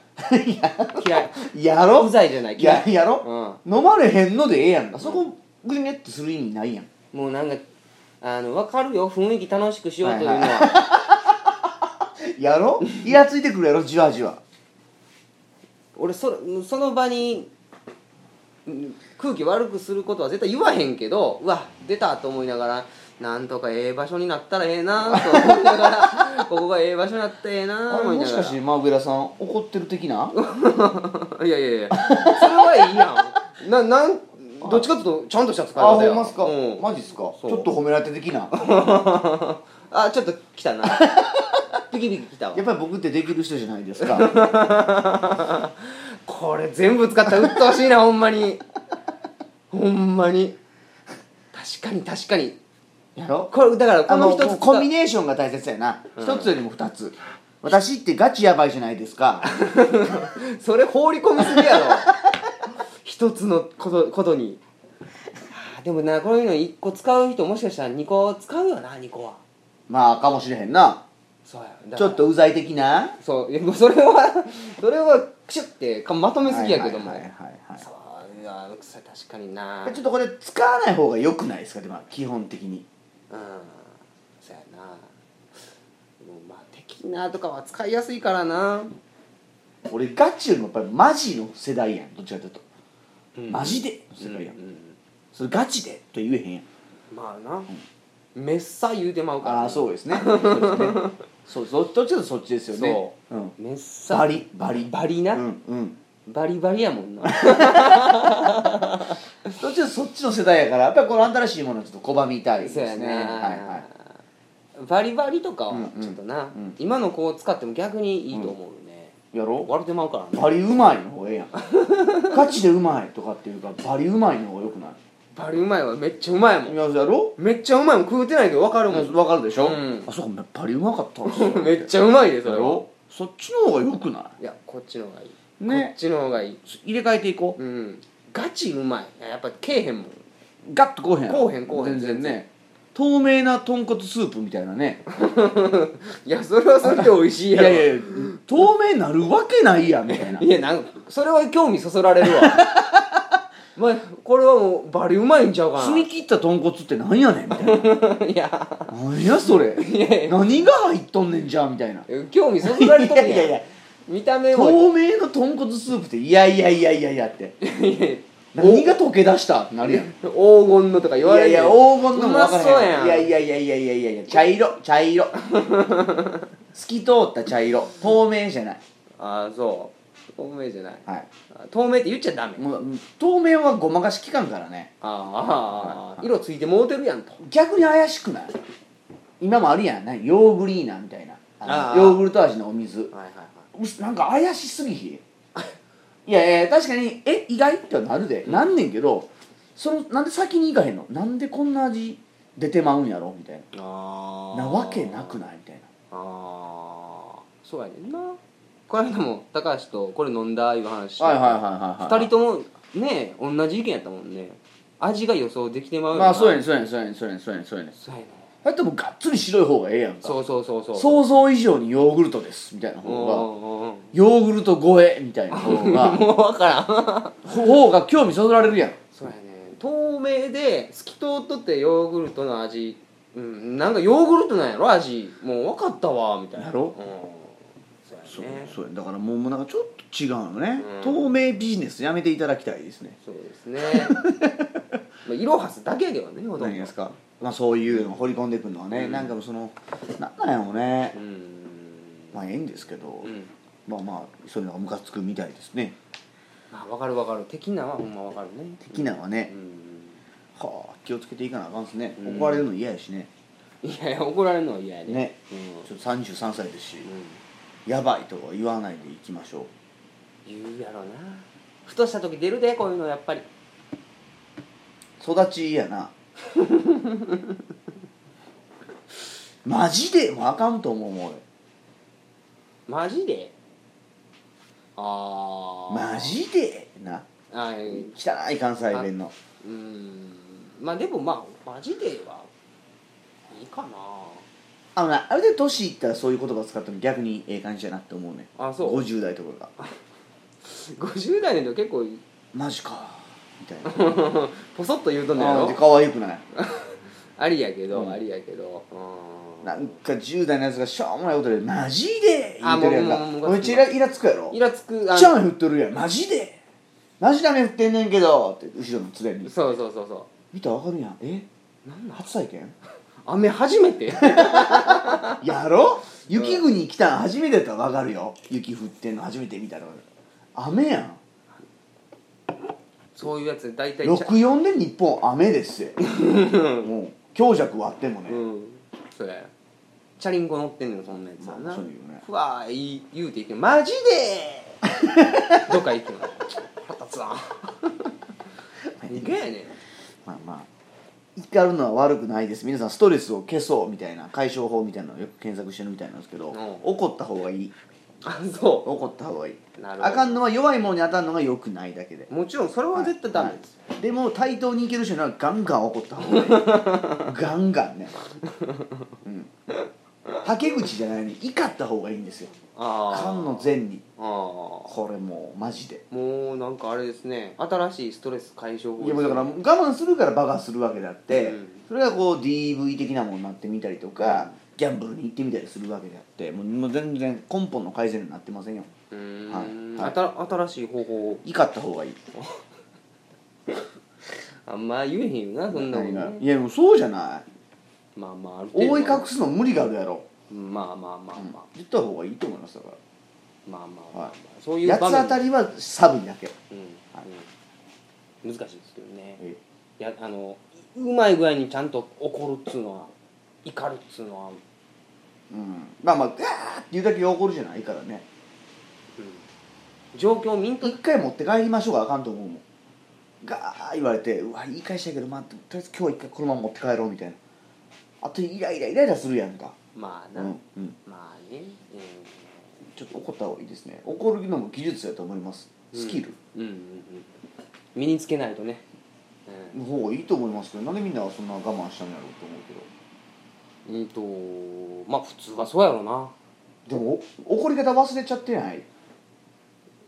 [SPEAKER 2] 嫌 い
[SPEAKER 1] やろ
[SPEAKER 2] うざいじゃない嫌
[SPEAKER 1] や
[SPEAKER 2] い
[SPEAKER 1] やろ、飲まれへんのでええやんかそこグニャってする意味ないやん
[SPEAKER 2] もうなんかあの分かるよ雰囲気楽しくしようというのは、
[SPEAKER 1] はいやろイラついてくるやろじわじわ
[SPEAKER 2] 俺それその場にうん空気悪くすることは絶対言わへんけどうわ出たと思いながらなんとかええ場所になったらええなと思いなが らここがええ場所になったらええな
[SPEAKER 1] あ
[SPEAKER 2] 思
[SPEAKER 1] れ
[SPEAKER 2] い
[SPEAKER 1] も
[SPEAKER 2] な
[SPEAKER 1] し
[SPEAKER 2] が
[SPEAKER 1] からして真上田さん怒ってる的な
[SPEAKER 2] いやいやいやそれはいいやんななんどっちかっていうとちゃんとした使い
[SPEAKER 1] あ
[SPEAKER 2] 方
[SPEAKER 1] ほ
[SPEAKER 2] や
[SPEAKER 1] んますか、
[SPEAKER 2] うん
[SPEAKER 1] マジっすかち
[SPEAKER 2] そう
[SPEAKER 1] ょっと褒められて的な
[SPEAKER 2] あちょっと来たなピキピキ来た わ
[SPEAKER 1] やっぱり僕ってできる人じゃないです か
[SPEAKER 2] これ全部使ったら鬱陶しいなほんまにほんまに確かに確かに
[SPEAKER 1] やろ
[SPEAKER 2] これだからこ
[SPEAKER 1] あ
[SPEAKER 2] の
[SPEAKER 1] の
[SPEAKER 2] 一つ使う
[SPEAKER 1] コンビネーションが大切やな一、つよりも二つ私ってガチやばいじゃないです か
[SPEAKER 2] それ放り込みすぎやろ一つのことことにあーでもなこういうの1個使う人もしかしたら2個使うよな2個は
[SPEAKER 1] まあかもしれへんな
[SPEAKER 2] そうやだ
[SPEAKER 1] ち
[SPEAKER 2] か
[SPEAKER 1] ょ
[SPEAKER 2] ら
[SPEAKER 1] っとうざい的な
[SPEAKER 2] そういやもうそれはそれはクシュってかまとめすぎやけども、
[SPEAKER 1] はいはいはいはい
[SPEAKER 2] そういやそれ確かにな
[SPEAKER 1] はいちょっとこれ使わない方が良くないですかでも基本的に
[SPEAKER 2] うんそやなもうまあ「的な」とかは使いやすいからな、
[SPEAKER 1] 俺ガチよりもやっぱりマジの世代やんどっちかというと、
[SPEAKER 2] うん
[SPEAKER 1] マジでの世代やん、
[SPEAKER 2] うん
[SPEAKER 1] それガチでと言えへんやん
[SPEAKER 2] まあな、めっさ言うてまうから
[SPEAKER 1] ああそうですね そうですねそうそどっちかというとそっちですよね、
[SPEAKER 2] そう
[SPEAKER 1] ん、
[SPEAKER 2] めっさ
[SPEAKER 1] バリバリ
[SPEAKER 2] バリな、
[SPEAKER 1] うんうん
[SPEAKER 2] バリバリやもんな
[SPEAKER 1] どっちかというとそっちの世代やからやっぱりこの新しいものをちょっと拒みたいです
[SPEAKER 2] そう
[SPEAKER 1] ね
[SPEAKER 2] やな、
[SPEAKER 1] はいは
[SPEAKER 2] バリバリとか
[SPEAKER 1] うん
[SPEAKER 2] は
[SPEAKER 1] うん
[SPEAKER 2] ちょっとな、
[SPEAKER 1] ん
[SPEAKER 2] 今の子を使っても逆にいいと思うね、
[SPEAKER 1] いやろ
[SPEAKER 2] 笑ってまうからな
[SPEAKER 1] バリうまいの方がええ やんガチでうまいとかっていうかバリうまいの方が良くない
[SPEAKER 2] バリうまいわめっちゃうまいも
[SPEAKER 1] い
[SPEAKER 2] ん
[SPEAKER 1] ややろ
[SPEAKER 2] めっちゃうまいもん食うてないけど分かるもん、
[SPEAKER 1] わかるでしょ、
[SPEAKER 2] うん
[SPEAKER 1] あそこバリうまかったんですよ
[SPEAKER 2] めっちゃうまいでそ
[SPEAKER 1] だ
[SPEAKER 2] れは
[SPEAKER 1] ろそっちの方が良くない
[SPEAKER 2] やこっちの方がいい
[SPEAKER 1] いね
[SPEAKER 2] こっちの方がいい
[SPEAKER 1] 入れ替えていこ
[SPEAKER 2] うんガチうまいややっぱけえへんも
[SPEAKER 1] う
[SPEAKER 2] ん
[SPEAKER 1] ガッとこうへん
[SPEAKER 2] こうへんこうへん
[SPEAKER 1] 全然ね透明な豚骨スープみたいなね
[SPEAKER 2] いやそれはそれで美味しい
[SPEAKER 1] い
[SPEAKER 2] や
[SPEAKER 1] や
[SPEAKER 2] ろ
[SPEAKER 1] いやいや透明なるわけないやんみたいない
[SPEAKER 2] やなんかそれは興味そそられ るわまあこれはもうバリうまいんちゃうか
[SPEAKER 1] 澄み切った豚骨ってなんやねんみたいな
[SPEAKER 2] ないや
[SPEAKER 1] 何やそれ
[SPEAKER 2] やい
[SPEAKER 1] 何が入っとんねんじゃんみたいな
[SPEAKER 2] 興味そそられとるやん
[SPEAKER 1] いやいやいや
[SPEAKER 2] 見た目も
[SPEAKER 1] 透明の豚骨スープっていやいやいやいやいやって
[SPEAKER 2] いやいや
[SPEAKER 1] 何が溶け出したってなるやんい
[SPEAKER 2] 黄金のとか言われ
[SPEAKER 1] や
[SPEAKER 2] る
[SPEAKER 1] いや黄金の
[SPEAKER 2] う
[SPEAKER 1] も
[SPEAKER 2] ま
[SPEAKER 1] 分か
[SPEAKER 2] そう
[SPEAKER 1] らへ
[SPEAKER 2] や
[SPEAKER 1] ん
[SPEAKER 2] ん
[SPEAKER 1] いやいやいやいやいやいやいや茶色茶色透き通った茶色透明じゃない
[SPEAKER 2] ああそう透明じゃない
[SPEAKER 1] はい
[SPEAKER 2] あ透明って言っちゃダメあ
[SPEAKER 1] もう透明はごまかしきかんからね
[SPEAKER 2] あああ色ついてもうてるやんと
[SPEAKER 1] 逆に怪しくない今もあるやん何ヨーグリーナみたいなあ
[SPEAKER 2] あー
[SPEAKER 1] のヨーグルト味のお水
[SPEAKER 2] はいはいはいう
[SPEAKER 1] すなんか怪しすぎ ひんいやいや確かにえ意外ってはなるで、なんねんけどそのなんで先に行かへんのなんでこんな味出てまうんやろみたい
[SPEAKER 2] あ
[SPEAKER 1] なな
[SPEAKER 2] あ
[SPEAKER 1] わけなくないみたいな
[SPEAKER 2] ああそうやねんなこの間も高橋とこれ飲んだいう話して
[SPEAKER 1] はいはいはいはいはい
[SPEAKER 2] 2人ともね同じ意見やったもんね味が予想できてまうよな
[SPEAKER 1] まあそうやねんそうやねんそうやねんそうやねんそうやねんそうやねん
[SPEAKER 2] そうやねん
[SPEAKER 1] だってもうがっつり白い方がええやんか
[SPEAKER 2] そうそうそうそう
[SPEAKER 1] 想像以上にヨーグルトですみたいな
[SPEAKER 2] うん
[SPEAKER 1] 方
[SPEAKER 2] う
[SPEAKER 1] が
[SPEAKER 2] んうん
[SPEAKER 1] ヨーグルト超えみたいな方が
[SPEAKER 2] もう分からん
[SPEAKER 1] 方が興味そそられるやん
[SPEAKER 2] そうやね透明で透き通っとってヨーグルトの味うんなんかヨーグルトなんやろ味もう分かったわみたいな
[SPEAKER 1] やろ
[SPEAKER 2] うんそうや
[SPEAKER 1] そ
[SPEAKER 2] よ
[SPEAKER 1] う
[SPEAKER 2] ね
[SPEAKER 1] そうやだからもうもうなんかちょっと違うのね、
[SPEAKER 2] うん
[SPEAKER 1] 透明ビジネスやめていただきたいですね
[SPEAKER 2] そうです ねまあイロハスだけやけどねほとん
[SPEAKER 1] 何
[SPEAKER 2] ど
[SPEAKER 1] ですか、まあ、そういうのを掘り込んでいくのはね、
[SPEAKER 2] うん
[SPEAKER 1] なんかもうそのなんなんやろうね
[SPEAKER 2] う、ん
[SPEAKER 1] まあええんですけど、
[SPEAKER 2] うん
[SPEAKER 1] まあまあそういうのがムカつくみたいですね
[SPEAKER 2] まあ分かる分かる的なはほんま分かるね
[SPEAKER 1] 的なのはね
[SPEAKER 2] う、ん
[SPEAKER 1] はあ気をつけていかなあかんですね、
[SPEAKER 2] うん
[SPEAKER 1] 怒られるの嫌やしね
[SPEAKER 2] いやいや怒られるのは嫌やね
[SPEAKER 1] ね
[SPEAKER 2] うん
[SPEAKER 1] ちょっと33歳ですし、
[SPEAKER 2] うん
[SPEAKER 1] やばいとか言わないでいきましょう
[SPEAKER 2] 言うやろなふとした時出るでこういうのやっぱり
[SPEAKER 1] 育ちや なマジでもうあかんと思うもん
[SPEAKER 2] マジでああ
[SPEAKER 1] 俺マジでな
[SPEAKER 2] あー
[SPEAKER 1] 汚い関西弁の
[SPEAKER 2] うーんまあでもまあマジではいいかな
[SPEAKER 1] あのなある程度年いったらそういう言葉を使っても逆にええ感じやなって思うね
[SPEAKER 2] あそう
[SPEAKER 1] 50代とかが
[SPEAKER 2] 50代の人結構
[SPEAKER 1] 「マジか」みたいな
[SPEAKER 2] ポソッと言うとんのや
[SPEAKER 1] あーで
[SPEAKER 2] ろ
[SPEAKER 1] 可愛くない
[SPEAKER 2] ありやけど、
[SPEAKER 1] うん
[SPEAKER 2] ありやけどうー
[SPEAKER 1] なんか10代のやつがしょうもないことで「マジで」言
[SPEAKER 2] あ
[SPEAKER 1] うてるやん
[SPEAKER 2] もうもう
[SPEAKER 1] か
[SPEAKER 2] もう
[SPEAKER 1] めっちゃイライラつくやろ
[SPEAKER 2] イラつく
[SPEAKER 1] 「
[SPEAKER 2] あ
[SPEAKER 1] ちゃん振っとるやんマジで」「マジで雨降ってんねんけど」って後ろの連れに
[SPEAKER 2] そうそうそうそ
[SPEAKER 1] 「見たらわかるやんえ
[SPEAKER 2] うなんだ
[SPEAKER 1] 初体験
[SPEAKER 2] 雨初めて
[SPEAKER 1] やろ雪国来たん初めてやったらわかるよ雪降ってんの初めて見たらわかる雨やん
[SPEAKER 2] そういうやつ大体ちゃ
[SPEAKER 1] 64で日本雨です よもう強弱割ってもね、
[SPEAKER 2] うんそれチャリンコ乗ってんのよそんなやつはな、
[SPEAKER 1] まあそういうね
[SPEAKER 2] ふわーい言うていけんマジで どっか行くの腹立つわ何がやねん
[SPEAKER 1] まあまあ怒るのは悪くないです皆さんストレスを消そうみたいな解消法みたいなのをよく検索してるみたいなんですけど、
[SPEAKER 2] ん
[SPEAKER 1] 怒った方がいい
[SPEAKER 2] あそ
[SPEAKER 1] 怒った方がいい
[SPEAKER 2] なるほど
[SPEAKER 1] あかんのは弱いものに当たるのが良くないだけで
[SPEAKER 2] うもちろんそれは絶対ダメですよ、
[SPEAKER 1] でも対等にいける人ならガンガン怒った方 がいいガンガンねうんはけ口じゃないのに怒った方がいいんですよ
[SPEAKER 2] ああ
[SPEAKER 1] 缶の善に
[SPEAKER 2] ああも
[SPEAKER 1] これもうマジで
[SPEAKER 2] うなんかあれですね新しいストレス解消法
[SPEAKER 1] いやもうだから我慢するからバカするわけであって、
[SPEAKER 2] うん
[SPEAKER 1] それがこう DV 的なものになってみたりとか、ギャンブルに行ってみたりするわけであってもうもう全然根本の改善になってませんよ
[SPEAKER 2] うーん、
[SPEAKER 1] はいはい
[SPEAKER 2] あた新しい方法を
[SPEAKER 1] 怒った方がいい
[SPEAKER 2] あんま言えへんよなそんなも
[SPEAKER 1] 何
[SPEAKER 2] ん
[SPEAKER 1] が
[SPEAKER 2] ね
[SPEAKER 1] いやでもうそうじゃない
[SPEAKER 2] まあまあある程度
[SPEAKER 1] 覆い隠すの無理があるやろ、
[SPEAKER 2] まあまあまあまあ、
[SPEAKER 1] うん言った方がいいと思いますだから
[SPEAKER 2] まあまあまあ、まあ
[SPEAKER 1] はい
[SPEAKER 2] そういう
[SPEAKER 1] 八つ
[SPEAKER 2] 場面
[SPEAKER 1] 当たりはサブにだけ
[SPEAKER 2] うん
[SPEAKER 1] はい
[SPEAKER 2] うん、難しいですけどねいやあのうまい具合にちゃんと怒るっつうのは怒るっつうのは、
[SPEAKER 1] うんまあまあガーって言うだけ怒るじゃないからね
[SPEAKER 2] うん、状況を見んと
[SPEAKER 1] 一回持って帰りましょうがあかんと思うもんガー言われてうわ言い返したいけどまあとりあえず今日は一回このまま持って帰ろうみたいなあとイライライライラするやんか
[SPEAKER 2] まあ
[SPEAKER 1] う
[SPEAKER 2] な、
[SPEAKER 1] んうん
[SPEAKER 2] まあね
[SPEAKER 1] ちょっと怒った方がいいですね怒るのも技術だと思います
[SPEAKER 2] うん
[SPEAKER 1] スキル
[SPEAKER 2] うんうんうん身につけないとね、
[SPEAKER 1] の方がいいと思いますけどなんでみんなそんな我慢したんやろうと思うけど
[SPEAKER 2] うん、うんとまあ普通はそうやろうな
[SPEAKER 1] でもお怒り方忘れちゃってない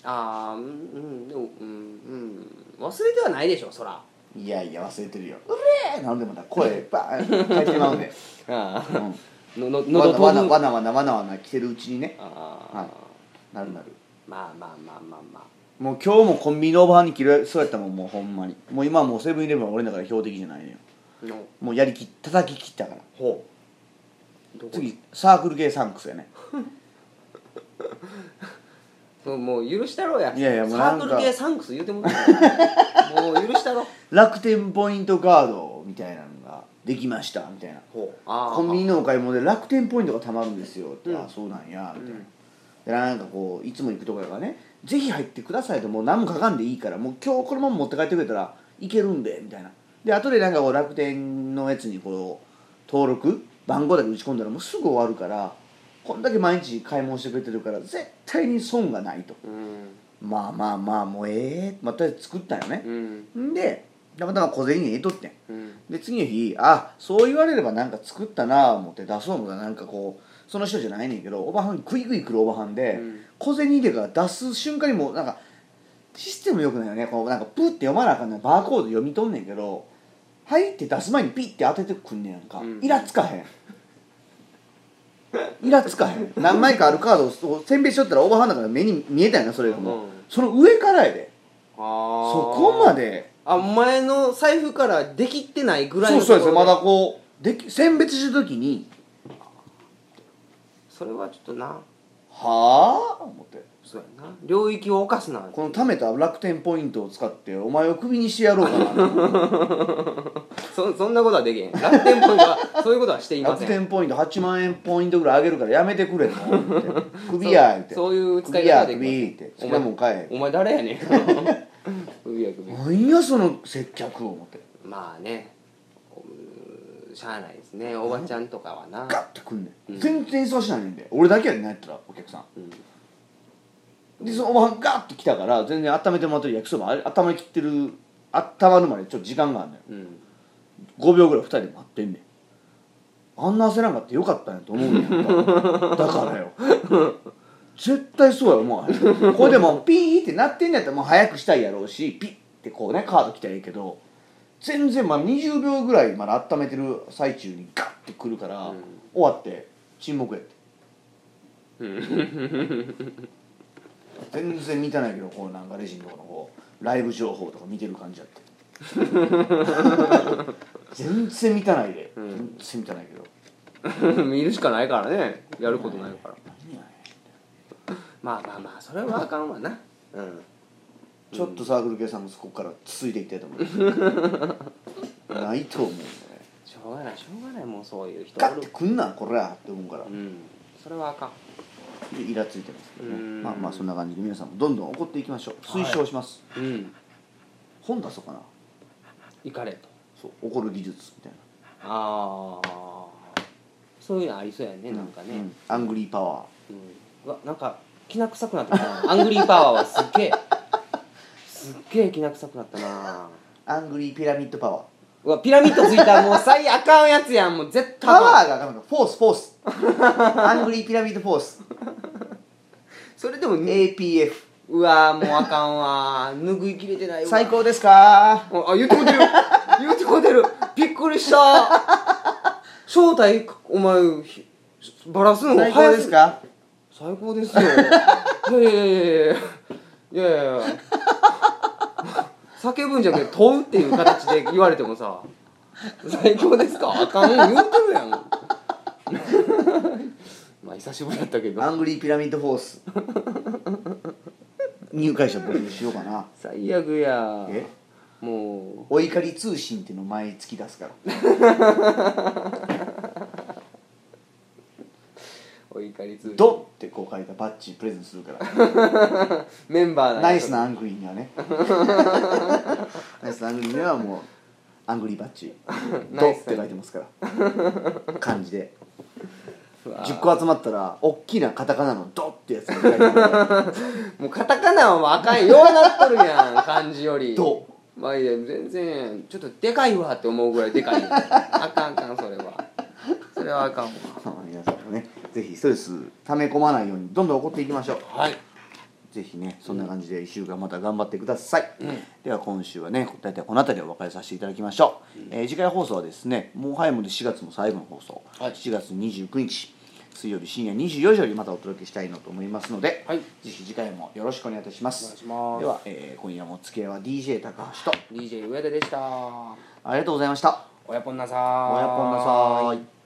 [SPEAKER 2] ああうんうんでもうんうん忘れてはないでしょそらあ
[SPEAKER 1] いやいや忘れてるようれーなんでまた声バーン返ってまうね、う
[SPEAKER 2] あ
[SPEAKER 1] ん
[SPEAKER 2] のの
[SPEAKER 1] わ
[SPEAKER 2] 喉
[SPEAKER 1] なわな
[SPEAKER 2] 飛ぶ
[SPEAKER 1] わなわなわなわな来てるうちにね
[SPEAKER 2] ああ、
[SPEAKER 1] はいなるなる
[SPEAKER 2] まあまあまあまあまあ
[SPEAKER 1] もう今日もコンビニのオーバーに切れそうやったもんもうほんまにもう今はもうセブンイレブンは俺の中で標的じゃないのよ
[SPEAKER 2] の
[SPEAKER 1] もうやりき叩き切ったから
[SPEAKER 2] ほう次
[SPEAKER 1] 次サークル系サンクスやね
[SPEAKER 2] もうもう許したろうや
[SPEAKER 1] いやいやも
[SPEAKER 2] サ
[SPEAKER 1] うなん
[SPEAKER 2] ー
[SPEAKER 1] か
[SPEAKER 2] クル系サンクス言うてもうたからもう許したろ
[SPEAKER 1] 楽天ポイントガードみたいなのができましたみたいな
[SPEAKER 2] ほうああ
[SPEAKER 1] コンビニのお買い物で楽天ポイントがたまるんですよって、
[SPEAKER 2] うん
[SPEAKER 1] ああそうなんやみたいな、
[SPEAKER 2] うん
[SPEAKER 1] でなんかこういつも行くとこやからね「ぜひ入ってください」ともう何もかかんでいいからもう今日このまま持って帰ってくれたらいけるんでみたいなで後でなんかこう楽天のやつにこう登録番号だけ打ち込んだらもうすぐ終わるからこんだけ毎日買い物してくれてるから絶対に損がないと
[SPEAKER 2] うん
[SPEAKER 1] まあまあまあもうええまあとりあえず作ったよね
[SPEAKER 2] うん
[SPEAKER 1] んでたまたま小銭入れとってん
[SPEAKER 2] うん
[SPEAKER 1] で次の日あそう言われればなんか作ったなあ思って出そうもがなんかこうその人じゃないねんけどおばはんグイグイ来るおばはんで、
[SPEAKER 2] うん
[SPEAKER 1] 小銭入れから出す瞬間にもうなんかシステムよくないよねこうなんかプーって読まなあかんねんバーコード読み取んねんけど入って出す前にピッて当ててくんねやんか、
[SPEAKER 2] うん
[SPEAKER 1] イラつかへんイラつかへん何枚かあるカードを選別しとったらオーバーハンだから目に見えたんやなそれがもう、
[SPEAKER 2] うん
[SPEAKER 1] その上からやで
[SPEAKER 2] そ
[SPEAKER 1] そこまで
[SPEAKER 2] あお前の財布からできてないぐらい
[SPEAKER 1] そう
[SPEAKER 2] の
[SPEAKER 1] そうです
[SPEAKER 2] とこ
[SPEAKER 1] まだ
[SPEAKER 2] ろ
[SPEAKER 1] こうでき選別した時に
[SPEAKER 2] それはちょっとな
[SPEAKER 1] はあ思って
[SPEAKER 2] そうやな領域を犯すな
[SPEAKER 1] この貯めた楽天ポイントを使ってお前をクビにしてやろうかな
[SPEAKER 2] そそんなことはできへん楽天ポイントはそういうことはしていませ
[SPEAKER 1] 楽
[SPEAKER 2] ん
[SPEAKER 1] 天ポイント8万円ポイントぐらい上げるからやめてくれと思って クビや言って
[SPEAKER 2] そういう
[SPEAKER 1] ク
[SPEAKER 2] 使い
[SPEAKER 1] ビ
[SPEAKER 2] 方
[SPEAKER 1] や
[SPEAKER 2] はで
[SPEAKER 1] ク
[SPEAKER 2] きませ
[SPEAKER 1] ビっ
[SPEAKER 2] ん
[SPEAKER 1] て
[SPEAKER 2] お
[SPEAKER 1] それ
[SPEAKER 2] 前
[SPEAKER 1] もんかえ
[SPEAKER 2] お前誰やねん首や首
[SPEAKER 1] なんやその接客を思って
[SPEAKER 2] まあねうーしゃあないですねおばちゃんとかはな
[SPEAKER 1] ガッてくんねん、
[SPEAKER 2] うん
[SPEAKER 1] 全然忙しないねんで俺だけやねんなんやったらお客さん
[SPEAKER 2] うん
[SPEAKER 1] でそのおばはんガッて来たから全然温めてもらってる焼きそばあれ温まりきってる温まるまでちょっと時間があるのよ
[SPEAKER 2] うん
[SPEAKER 1] 5秒ぐらい2人で待ってんねんあんな焦らんかってよかったんやと思うんやんかだからよ絶対そうや思わへんこれでもピーってなってんのやったらもう早くしたいやろうしピッてこうねカード来たらいいけど全然まあ20秒ぐらいまだ温めてる最中にガッてくるから、
[SPEAKER 2] うん
[SPEAKER 1] 終わって沈黙やって全然見てないけどこうなんかレジンとかのこうライブ情報とか見てる感じやって全然見たないで、
[SPEAKER 2] うん
[SPEAKER 1] 全然見たないけど
[SPEAKER 2] 見るしかないからねやることないからまあまあまあそれはあかんわなうん
[SPEAKER 1] ちょっとサークル系さんもそこからついていきたいと 思うないと思うんだね
[SPEAKER 2] しょうがないしょうがないもうそういう人
[SPEAKER 1] ガッ
[SPEAKER 2] お
[SPEAKER 1] て
[SPEAKER 2] る
[SPEAKER 1] くんなこれやって思うから
[SPEAKER 2] うんそれはあかん
[SPEAKER 1] でイラついてますけどね
[SPEAKER 2] うん
[SPEAKER 1] まあまあそんな感じで皆さんもどんどん怒っていきましょう推奨します、
[SPEAKER 2] うん
[SPEAKER 1] 本出そうかな
[SPEAKER 2] 行かれと
[SPEAKER 1] そう怒る技術みたいな
[SPEAKER 2] ああそういうのありそうやねなんかね、
[SPEAKER 1] うアングリーパワー
[SPEAKER 2] うんうわなんかきな臭くなったなアングリーパワーはすっげえすっげえきな臭くなったな
[SPEAKER 1] アングリーピラミッドパワー
[SPEAKER 2] うわピラミッドついたもう最悪あかんやつやんもう絶対あ
[SPEAKER 1] パ
[SPEAKER 2] かん
[SPEAKER 1] ワーがなんかフォースフォース アングリーピラミッドフォース
[SPEAKER 2] それでも、
[SPEAKER 1] APF
[SPEAKER 2] うわもうあかんわ拭いきれてないわ
[SPEAKER 1] 最高ですか
[SPEAKER 2] あ言ってもうてる言ってもうてるびっくりした正体お前ひバラすの
[SPEAKER 1] 最高ですか
[SPEAKER 2] 最高ですよいやいやいやいやいやいやいやいや叫ぶんじゃなくて問うっていう形で言われてもさ最高ですかあかん言うてるやん まあ久しぶりだったけど
[SPEAKER 1] アングリーピラミッドフォース入会者募集しようかな
[SPEAKER 2] 最悪や
[SPEAKER 1] え
[SPEAKER 2] も
[SPEAKER 1] お怒り通信っていうの毎月出すから
[SPEAKER 2] うお怒
[SPEAKER 1] 「
[SPEAKER 2] り通知
[SPEAKER 1] ド」ってこう書いたバッジプレゼントするから
[SPEAKER 2] メンバー
[SPEAKER 1] ナイスなアングリーにはねナイスなアングリーにはもうアングリーバッジ「ド」
[SPEAKER 2] ナイ
[SPEAKER 1] っ
[SPEAKER 2] ス
[SPEAKER 1] て書いてますから漢字で
[SPEAKER 2] うわ
[SPEAKER 1] 10個集まったらおっきなカタカナの「ド」ってやつが書いてあるから
[SPEAKER 2] もうカタカナはもうあかん弱なっとるやん漢字より
[SPEAKER 1] ど
[SPEAKER 2] まあいいや全然ちょっとでかいわって思うぐらいで かいあかんあかんそれはそれはあかんわ
[SPEAKER 1] まあ皆さんもねぜひストレス溜め込まないようにどんどん怒っていきましょう
[SPEAKER 2] はい
[SPEAKER 1] ぜひねそんな感じで1週間また頑張ってください、
[SPEAKER 2] うん
[SPEAKER 1] では今週はね大体この辺りでお別れさせていただきましょう、えー次回放送はですねもう早いもので4月も最後の放送、
[SPEAKER 2] はい
[SPEAKER 1] 7月29日水曜日深夜24時よりまたお届けしたいなと思いますので、
[SPEAKER 2] はい
[SPEAKER 1] ぜひ次回もよろしくお願いいたします
[SPEAKER 2] お願いします
[SPEAKER 1] では、えー今夜もお付き合いは DJ 高橋と
[SPEAKER 2] DJ 上田でした
[SPEAKER 1] ありがとうございました
[SPEAKER 2] おやぽんなさ
[SPEAKER 1] お
[SPEAKER 2] ー
[SPEAKER 1] やっぽんなさーい